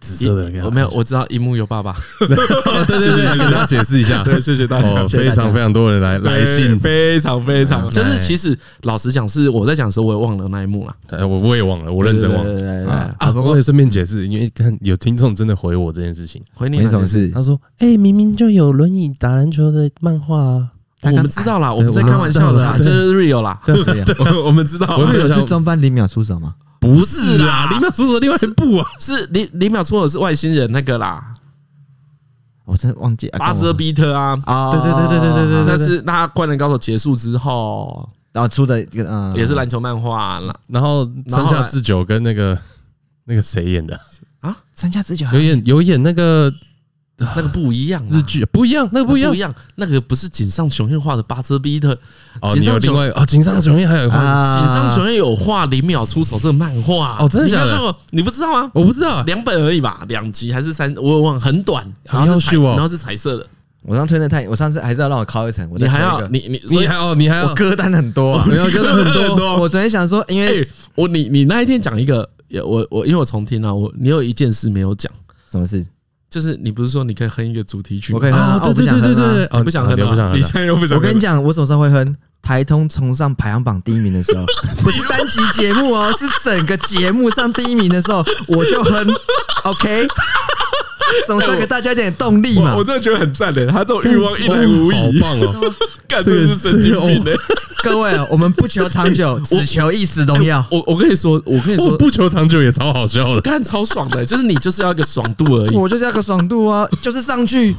Speaker 1: 紫
Speaker 2: 一我没有，我知道樱木有爸爸，
Speaker 1: 对对对，跟大家解释一下。
Speaker 2: 谢谢大
Speaker 1: 哦，非常非常多人来来信，
Speaker 2: 非常非常，就是
Speaker 1: 哎
Speaker 2: 其实老实讲，是我在讲的时候我也忘了那一幕了，
Speaker 1: 哎我我也忘了，我认真忘了
Speaker 2: 对对对对对
Speaker 1: 啊。啊我也顺便解释，因为看有听众真的回我这件事情，
Speaker 2: 回你
Speaker 3: 没
Speaker 2: 哪
Speaker 3: 什么
Speaker 2: 件事
Speaker 3: 事。
Speaker 1: 他说：“哎，明明就有轮椅打篮球的漫画啊。”
Speaker 2: 我们知道啦，我们在
Speaker 1: 我
Speaker 2: 开
Speaker 1: 们
Speaker 2: 玩
Speaker 1: 知道
Speaker 2: 笑的啦，
Speaker 1: 啦
Speaker 2: 这
Speaker 1: 对
Speaker 2: 是 real 啦，
Speaker 3: 对对对，
Speaker 2: 我我们知道
Speaker 1: 我
Speaker 3: 不
Speaker 1: 没有
Speaker 3: 是
Speaker 1: 想
Speaker 3: 中班零秒出手吗？
Speaker 1: 不
Speaker 2: 是
Speaker 1: 是啦，
Speaker 2: 啦
Speaker 1: 李淼叔叔另外一部啊，
Speaker 2: 是李李淼说的是外星人那个啦，
Speaker 3: 我真的忘记
Speaker 2: 巴斯特比特啊，
Speaker 3: 啊！
Speaker 1: 对对对对对对哎哦对
Speaker 2: 那是那《灌篮高手》结束之后
Speaker 3: 然后出的一个嗯，
Speaker 2: 也是篮球漫画啦
Speaker 1: 然后山下智久跟那个那个谁演的，
Speaker 3: 三下之久啊，
Speaker 1: 有演有演那个
Speaker 2: 那个不一样啦
Speaker 1: 日剧，不一样，那个
Speaker 2: 不
Speaker 1: 不一
Speaker 2: 一
Speaker 1: 样
Speaker 2: 不一样，那个不是井上雄彦画的巴斯特比特，
Speaker 1: 哦。
Speaker 2: 井
Speaker 1: 你有
Speaker 2: 上雄
Speaker 1: 另外哦，井上雄彦还有
Speaker 3: 啊
Speaker 1: 一话，
Speaker 2: 井上雄彦有画《零秒出手》这个漫画啊
Speaker 1: 哦真的
Speaker 2: 你
Speaker 1: 假的
Speaker 2: 看到过？你不知道吗？
Speaker 1: 我不知道，啊
Speaker 2: 两本而已吧，两集还是三，我也忘了，很短，然
Speaker 1: 好
Speaker 2: 后是彩，
Speaker 1: 优秀哦
Speaker 2: 然后是彩色的，
Speaker 3: 我上推的太，我上次还是要让我靠一层，我
Speaker 2: 你
Speaker 3: 再
Speaker 2: 还要
Speaker 3: 考一个
Speaker 2: 你你所
Speaker 1: 你
Speaker 2: 以
Speaker 1: 还哦，你还
Speaker 3: 我
Speaker 1: 要
Speaker 3: 歌单很多啊，
Speaker 1: 你要跟他很多，
Speaker 3: 我昨天想说，因为
Speaker 2: 哎，我你你那一天讲一个，也我我因为我重听了，我你有一件事没有讲，
Speaker 3: 什么事？
Speaker 2: 就是你不是说你可以哼一个主题曲吗？
Speaker 3: 我可以哼啊，
Speaker 1: 啊，
Speaker 3: 我
Speaker 1: 对
Speaker 3: 不
Speaker 1: 对
Speaker 3: 想
Speaker 1: 对
Speaker 3: 哼
Speaker 1: 对
Speaker 3: 啊
Speaker 1: 对，
Speaker 2: 你
Speaker 1: 哦
Speaker 2: 不想
Speaker 1: 啊
Speaker 2: 哼
Speaker 1: 你
Speaker 2: 吗
Speaker 1: 不想
Speaker 2: 你
Speaker 1: 哼
Speaker 2: 现
Speaker 1: 了，
Speaker 2: 在又不想。
Speaker 3: 我跟你，讲，我什么时候会哼？台通冲上排行榜第一名的时候，不是单集节目哦，是整个节目上第一名的时候，我就哼。OK，总是要给大家一点动力嘛
Speaker 2: 我。真的觉得很赞的，他这种欲望一来无
Speaker 1: 哦好
Speaker 2: 遗，
Speaker 1: 棒哦！
Speaker 2: 干
Speaker 1: 这
Speaker 2: 真
Speaker 1: 个
Speaker 2: 的是神经病的。
Speaker 3: 各位，我们不求长久，只求一时荣耀。
Speaker 2: 我我跟你说，我跟你
Speaker 1: 我
Speaker 2: 说，
Speaker 1: 不求长久也超好 笑的，
Speaker 2: 干超爽的，就是你就是要一个爽度而已，
Speaker 3: 我就是要个爽度啊，就是上去，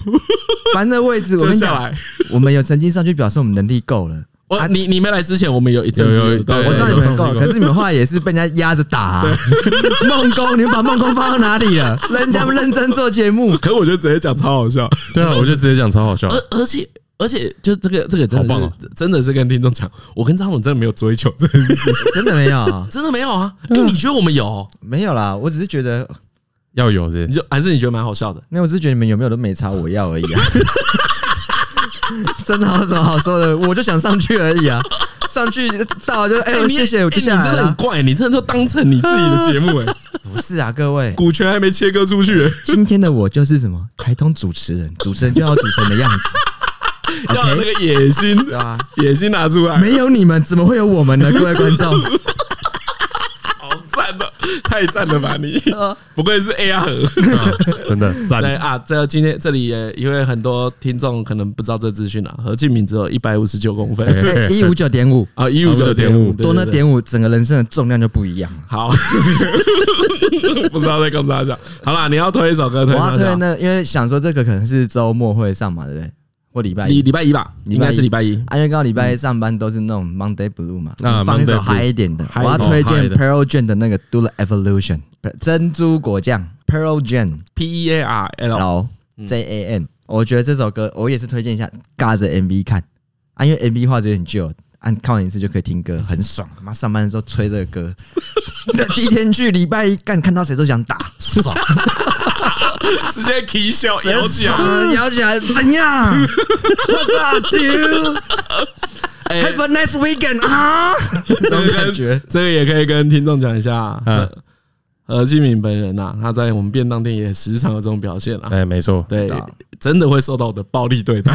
Speaker 3: 烦的位置。我
Speaker 2: 就
Speaker 3: 跟你
Speaker 2: 下
Speaker 3: 讲，
Speaker 2: 来。
Speaker 3: 我们有曾经上去表示我们能力够了。
Speaker 2: 我你你没来之前，我们有一阵子
Speaker 1: 有
Speaker 2: 对
Speaker 1: 有对
Speaker 3: 我知道你
Speaker 1: 有
Speaker 3: 们
Speaker 1: 上
Speaker 3: 够，
Speaker 1: 去过
Speaker 3: 可是你们后来也是被人家压着打、啊。 梦工，你们把梦工放到哪里了？人家认真做节目，
Speaker 2: 可我觉得直接讲超好笑，
Speaker 1: 对啊，我就直接讲超好笑
Speaker 2: 而。而且而且就这个这个真的
Speaker 1: 好
Speaker 2: 是
Speaker 1: 棒
Speaker 2: 真的是跟听众讲，我跟张总真的没有追求这件事情，
Speaker 3: 真的没有啊，
Speaker 2: 真的没有啊？哎，你觉得我们有？
Speaker 3: 没有啦。我只是觉得，
Speaker 1: 要有这
Speaker 2: 你，就还是你觉得蛮好笑的？
Speaker 3: 那我只是觉得你们有没有都没差，我要 而已啊。真的有什么好说的？我就想上去而已啊，上去到就哎、
Speaker 2: 哎，
Speaker 3: 呦
Speaker 2: 你
Speaker 3: 谢谢，我
Speaker 2: 哎
Speaker 3: 就下
Speaker 2: 你
Speaker 3: 来
Speaker 2: 真的很
Speaker 3: 了。啊
Speaker 2: 怪，你真的就当成你自己的节目哎，
Speaker 3: 不是啊，各位，
Speaker 2: 股权还没切割出去，
Speaker 3: 今天的我就是什么台通主持人，主持人就要主持人的样子，
Speaker 2: 要有那个野心，
Speaker 3: 对吧、
Speaker 1: 啊
Speaker 2: 野心拿出来，
Speaker 3: 没有你们，怎么会有我们呢？各位观 众，
Speaker 2: 好赞的，太赞了吧你！
Speaker 3: 呃
Speaker 2: 不愧是 AR 盒。
Speaker 1: 啊真 的
Speaker 2: 对
Speaker 1: 赞。
Speaker 2: 啊，这今天这里也因为很多听众可能不知道这资讯啊，何敬敏只有一百五十九公分
Speaker 1: 哎
Speaker 3: 一五九点五，
Speaker 2: 啊，一五九点五
Speaker 1: 159.5
Speaker 3: 多那。点五，整个人生的重量就不一样了。
Speaker 2: 好， 不知道在跟啥讲。好啦，你要推一首歌，
Speaker 3: 我
Speaker 2: 推
Speaker 3: 要
Speaker 2: 啥
Speaker 3: 推
Speaker 2: 讲？
Speaker 3: 那，因为想说这个可能是周末会上嘛，对不对？或礼拜
Speaker 2: 你
Speaker 3: 一，
Speaker 2: 礼拜一吧，应该是礼拜一。
Speaker 3: 啊因为刚好礼拜一上班都是那种 Monday Blue 嘛，
Speaker 1: 啊
Speaker 3: 放一首
Speaker 1: Monday Blue
Speaker 3: 嗨一点的。我
Speaker 2: 嗨
Speaker 3: 要推
Speaker 1: 哦嗨
Speaker 3: 荐
Speaker 1: 的
Speaker 3: Pearl Jam 的那个 Do the Evolution 珍珠果酱 Pearl Jam
Speaker 2: P E A R
Speaker 1: 哦
Speaker 2: L，
Speaker 3: 老
Speaker 1: 嗯
Speaker 3: J A N，我觉得这首歌我也是推荐一下，尬着 MV 看啊，因为 MV 画质有点旧。按看完一次就可以听
Speaker 1: 嗯
Speaker 3: 歌，很爽。妈上班的时候吹这个歌， 那第一天去礼拜一干，看到谁都想打，爽。
Speaker 2: 直接 K 笑摇起来。
Speaker 1: 啊
Speaker 3: 来，摇起来，啊怎样？What's up, dude?
Speaker 2: 哎
Speaker 3: Have a nice weekend 啊！这种感觉，
Speaker 2: 这个也可以跟听众讲一下。
Speaker 1: 嗯
Speaker 2: 何敬敏本人呐，他在我们便当店也时常有这种表现啊。
Speaker 1: 哎，没错，
Speaker 2: 对
Speaker 3: 的，
Speaker 2: 真的会受到我的暴力 对待。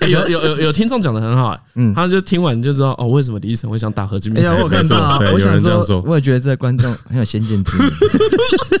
Speaker 2: 欸有有有有听众讲的很好、欸，
Speaker 3: 嗯
Speaker 2: 他就听完就知道哦，为什么李医生会想打何金
Speaker 3: 哎
Speaker 2: 明？
Speaker 3: 呀，我有看到啊，
Speaker 1: 没错对
Speaker 3: 我
Speaker 1: 有
Speaker 3: 想
Speaker 1: 人这样
Speaker 3: 说
Speaker 1: 说，
Speaker 3: 我也觉得这个观众很有先见之明，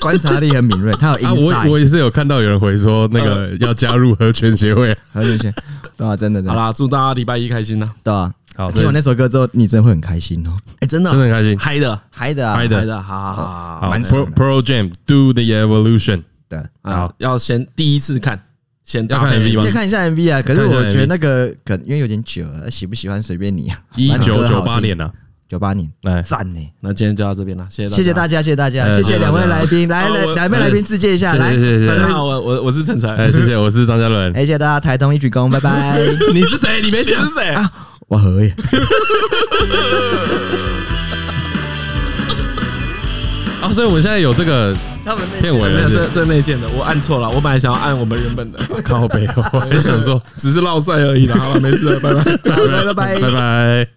Speaker 3: 观察力很敏锐，他有
Speaker 1: 啊，我
Speaker 3: insight。
Speaker 1: 我也是有看到有人回说那
Speaker 2: 呃
Speaker 1: 个要加入和拳协会。啊
Speaker 3: 何俊贤，对啊，真的，真
Speaker 2: 好
Speaker 3: 的，
Speaker 2: 啦，祝大家礼拜一开心呐、
Speaker 3: 对啊。
Speaker 1: 好，
Speaker 3: 听
Speaker 1: 真
Speaker 3: 完
Speaker 1: 的
Speaker 3: 那首歌之后，你真的会很开心哦。
Speaker 2: 哎，真的
Speaker 1: 真的很开心。
Speaker 2: 嗨的，
Speaker 3: 嗨的啊
Speaker 1: 嗨，的
Speaker 2: 嗨的，好好好好好
Speaker 1: 好
Speaker 3: 蛮
Speaker 1: ，Pro
Speaker 3: 爽的
Speaker 1: Pro Jam Do the Evolution，
Speaker 3: 的。
Speaker 2: 啊
Speaker 1: 好！
Speaker 2: 要先第一次看，先搭
Speaker 1: 要看
Speaker 2: 配
Speaker 1: MV
Speaker 3: 可
Speaker 1: 吗
Speaker 3: 以看一下 MV 啊，可是
Speaker 1: 看一下
Speaker 3: 我觉得
Speaker 1: MV
Speaker 3: 那个可因为有点久了，喜不喜欢随便你啊。
Speaker 1: 一
Speaker 3: 反正
Speaker 1: 九
Speaker 3: 歌
Speaker 1: 九
Speaker 3: 好
Speaker 1: 八
Speaker 3: 听，
Speaker 1: 年呐，啊
Speaker 3: 九八年，
Speaker 1: 来，
Speaker 3: 赞呢！
Speaker 2: 那今天就到这边了，谢谢
Speaker 3: 谢谢
Speaker 2: 大
Speaker 3: 大
Speaker 2: 家。
Speaker 3: 家，谢谢大家，
Speaker 1: 呃
Speaker 3: 谢谢两位
Speaker 1: 谢谢大
Speaker 3: 来宾，来
Speaker 1: 家
Speaker 2: 好
Speaker 3: 来，
Speaker 2: 我
Speaker 3: 两位来宾自荐一下，
Speaker 1: 谢
Speaker 3: 来，
Speaker 1: 谢谢谢
Speaker 3: 来
Speaker 2: 大家好，啊我我我是陈晨，
Speaker 1: 哎，谢谢，我是张嘉伦
Speaker 3: 哎，。谢谢大家，台东一鞠躬，拜 拜。
Speaker 2: 你是啊谁？你没钱是谁？
Speaker 3: 我合耶。
Speaker 1: 啊，所以我们现在有这个
Speaker 3: 他们那
Speaker 1: 片 尾
Speaker 2: 没
Speaker 1: 了
Speaker 2: 有
Speaker 1: 是
Speaker 2: 这
Speaker 1: 不
Speaker 2: 这内建的，我按错了，我本来想要按我们原本的，
Speaker 1: 是，靠背，我还想说，
Speaker 2: 只是落赛而已啦，好了，没事了，拜拜。
Speaker 3: 好了拜拜
Speaker 1: 拜拜。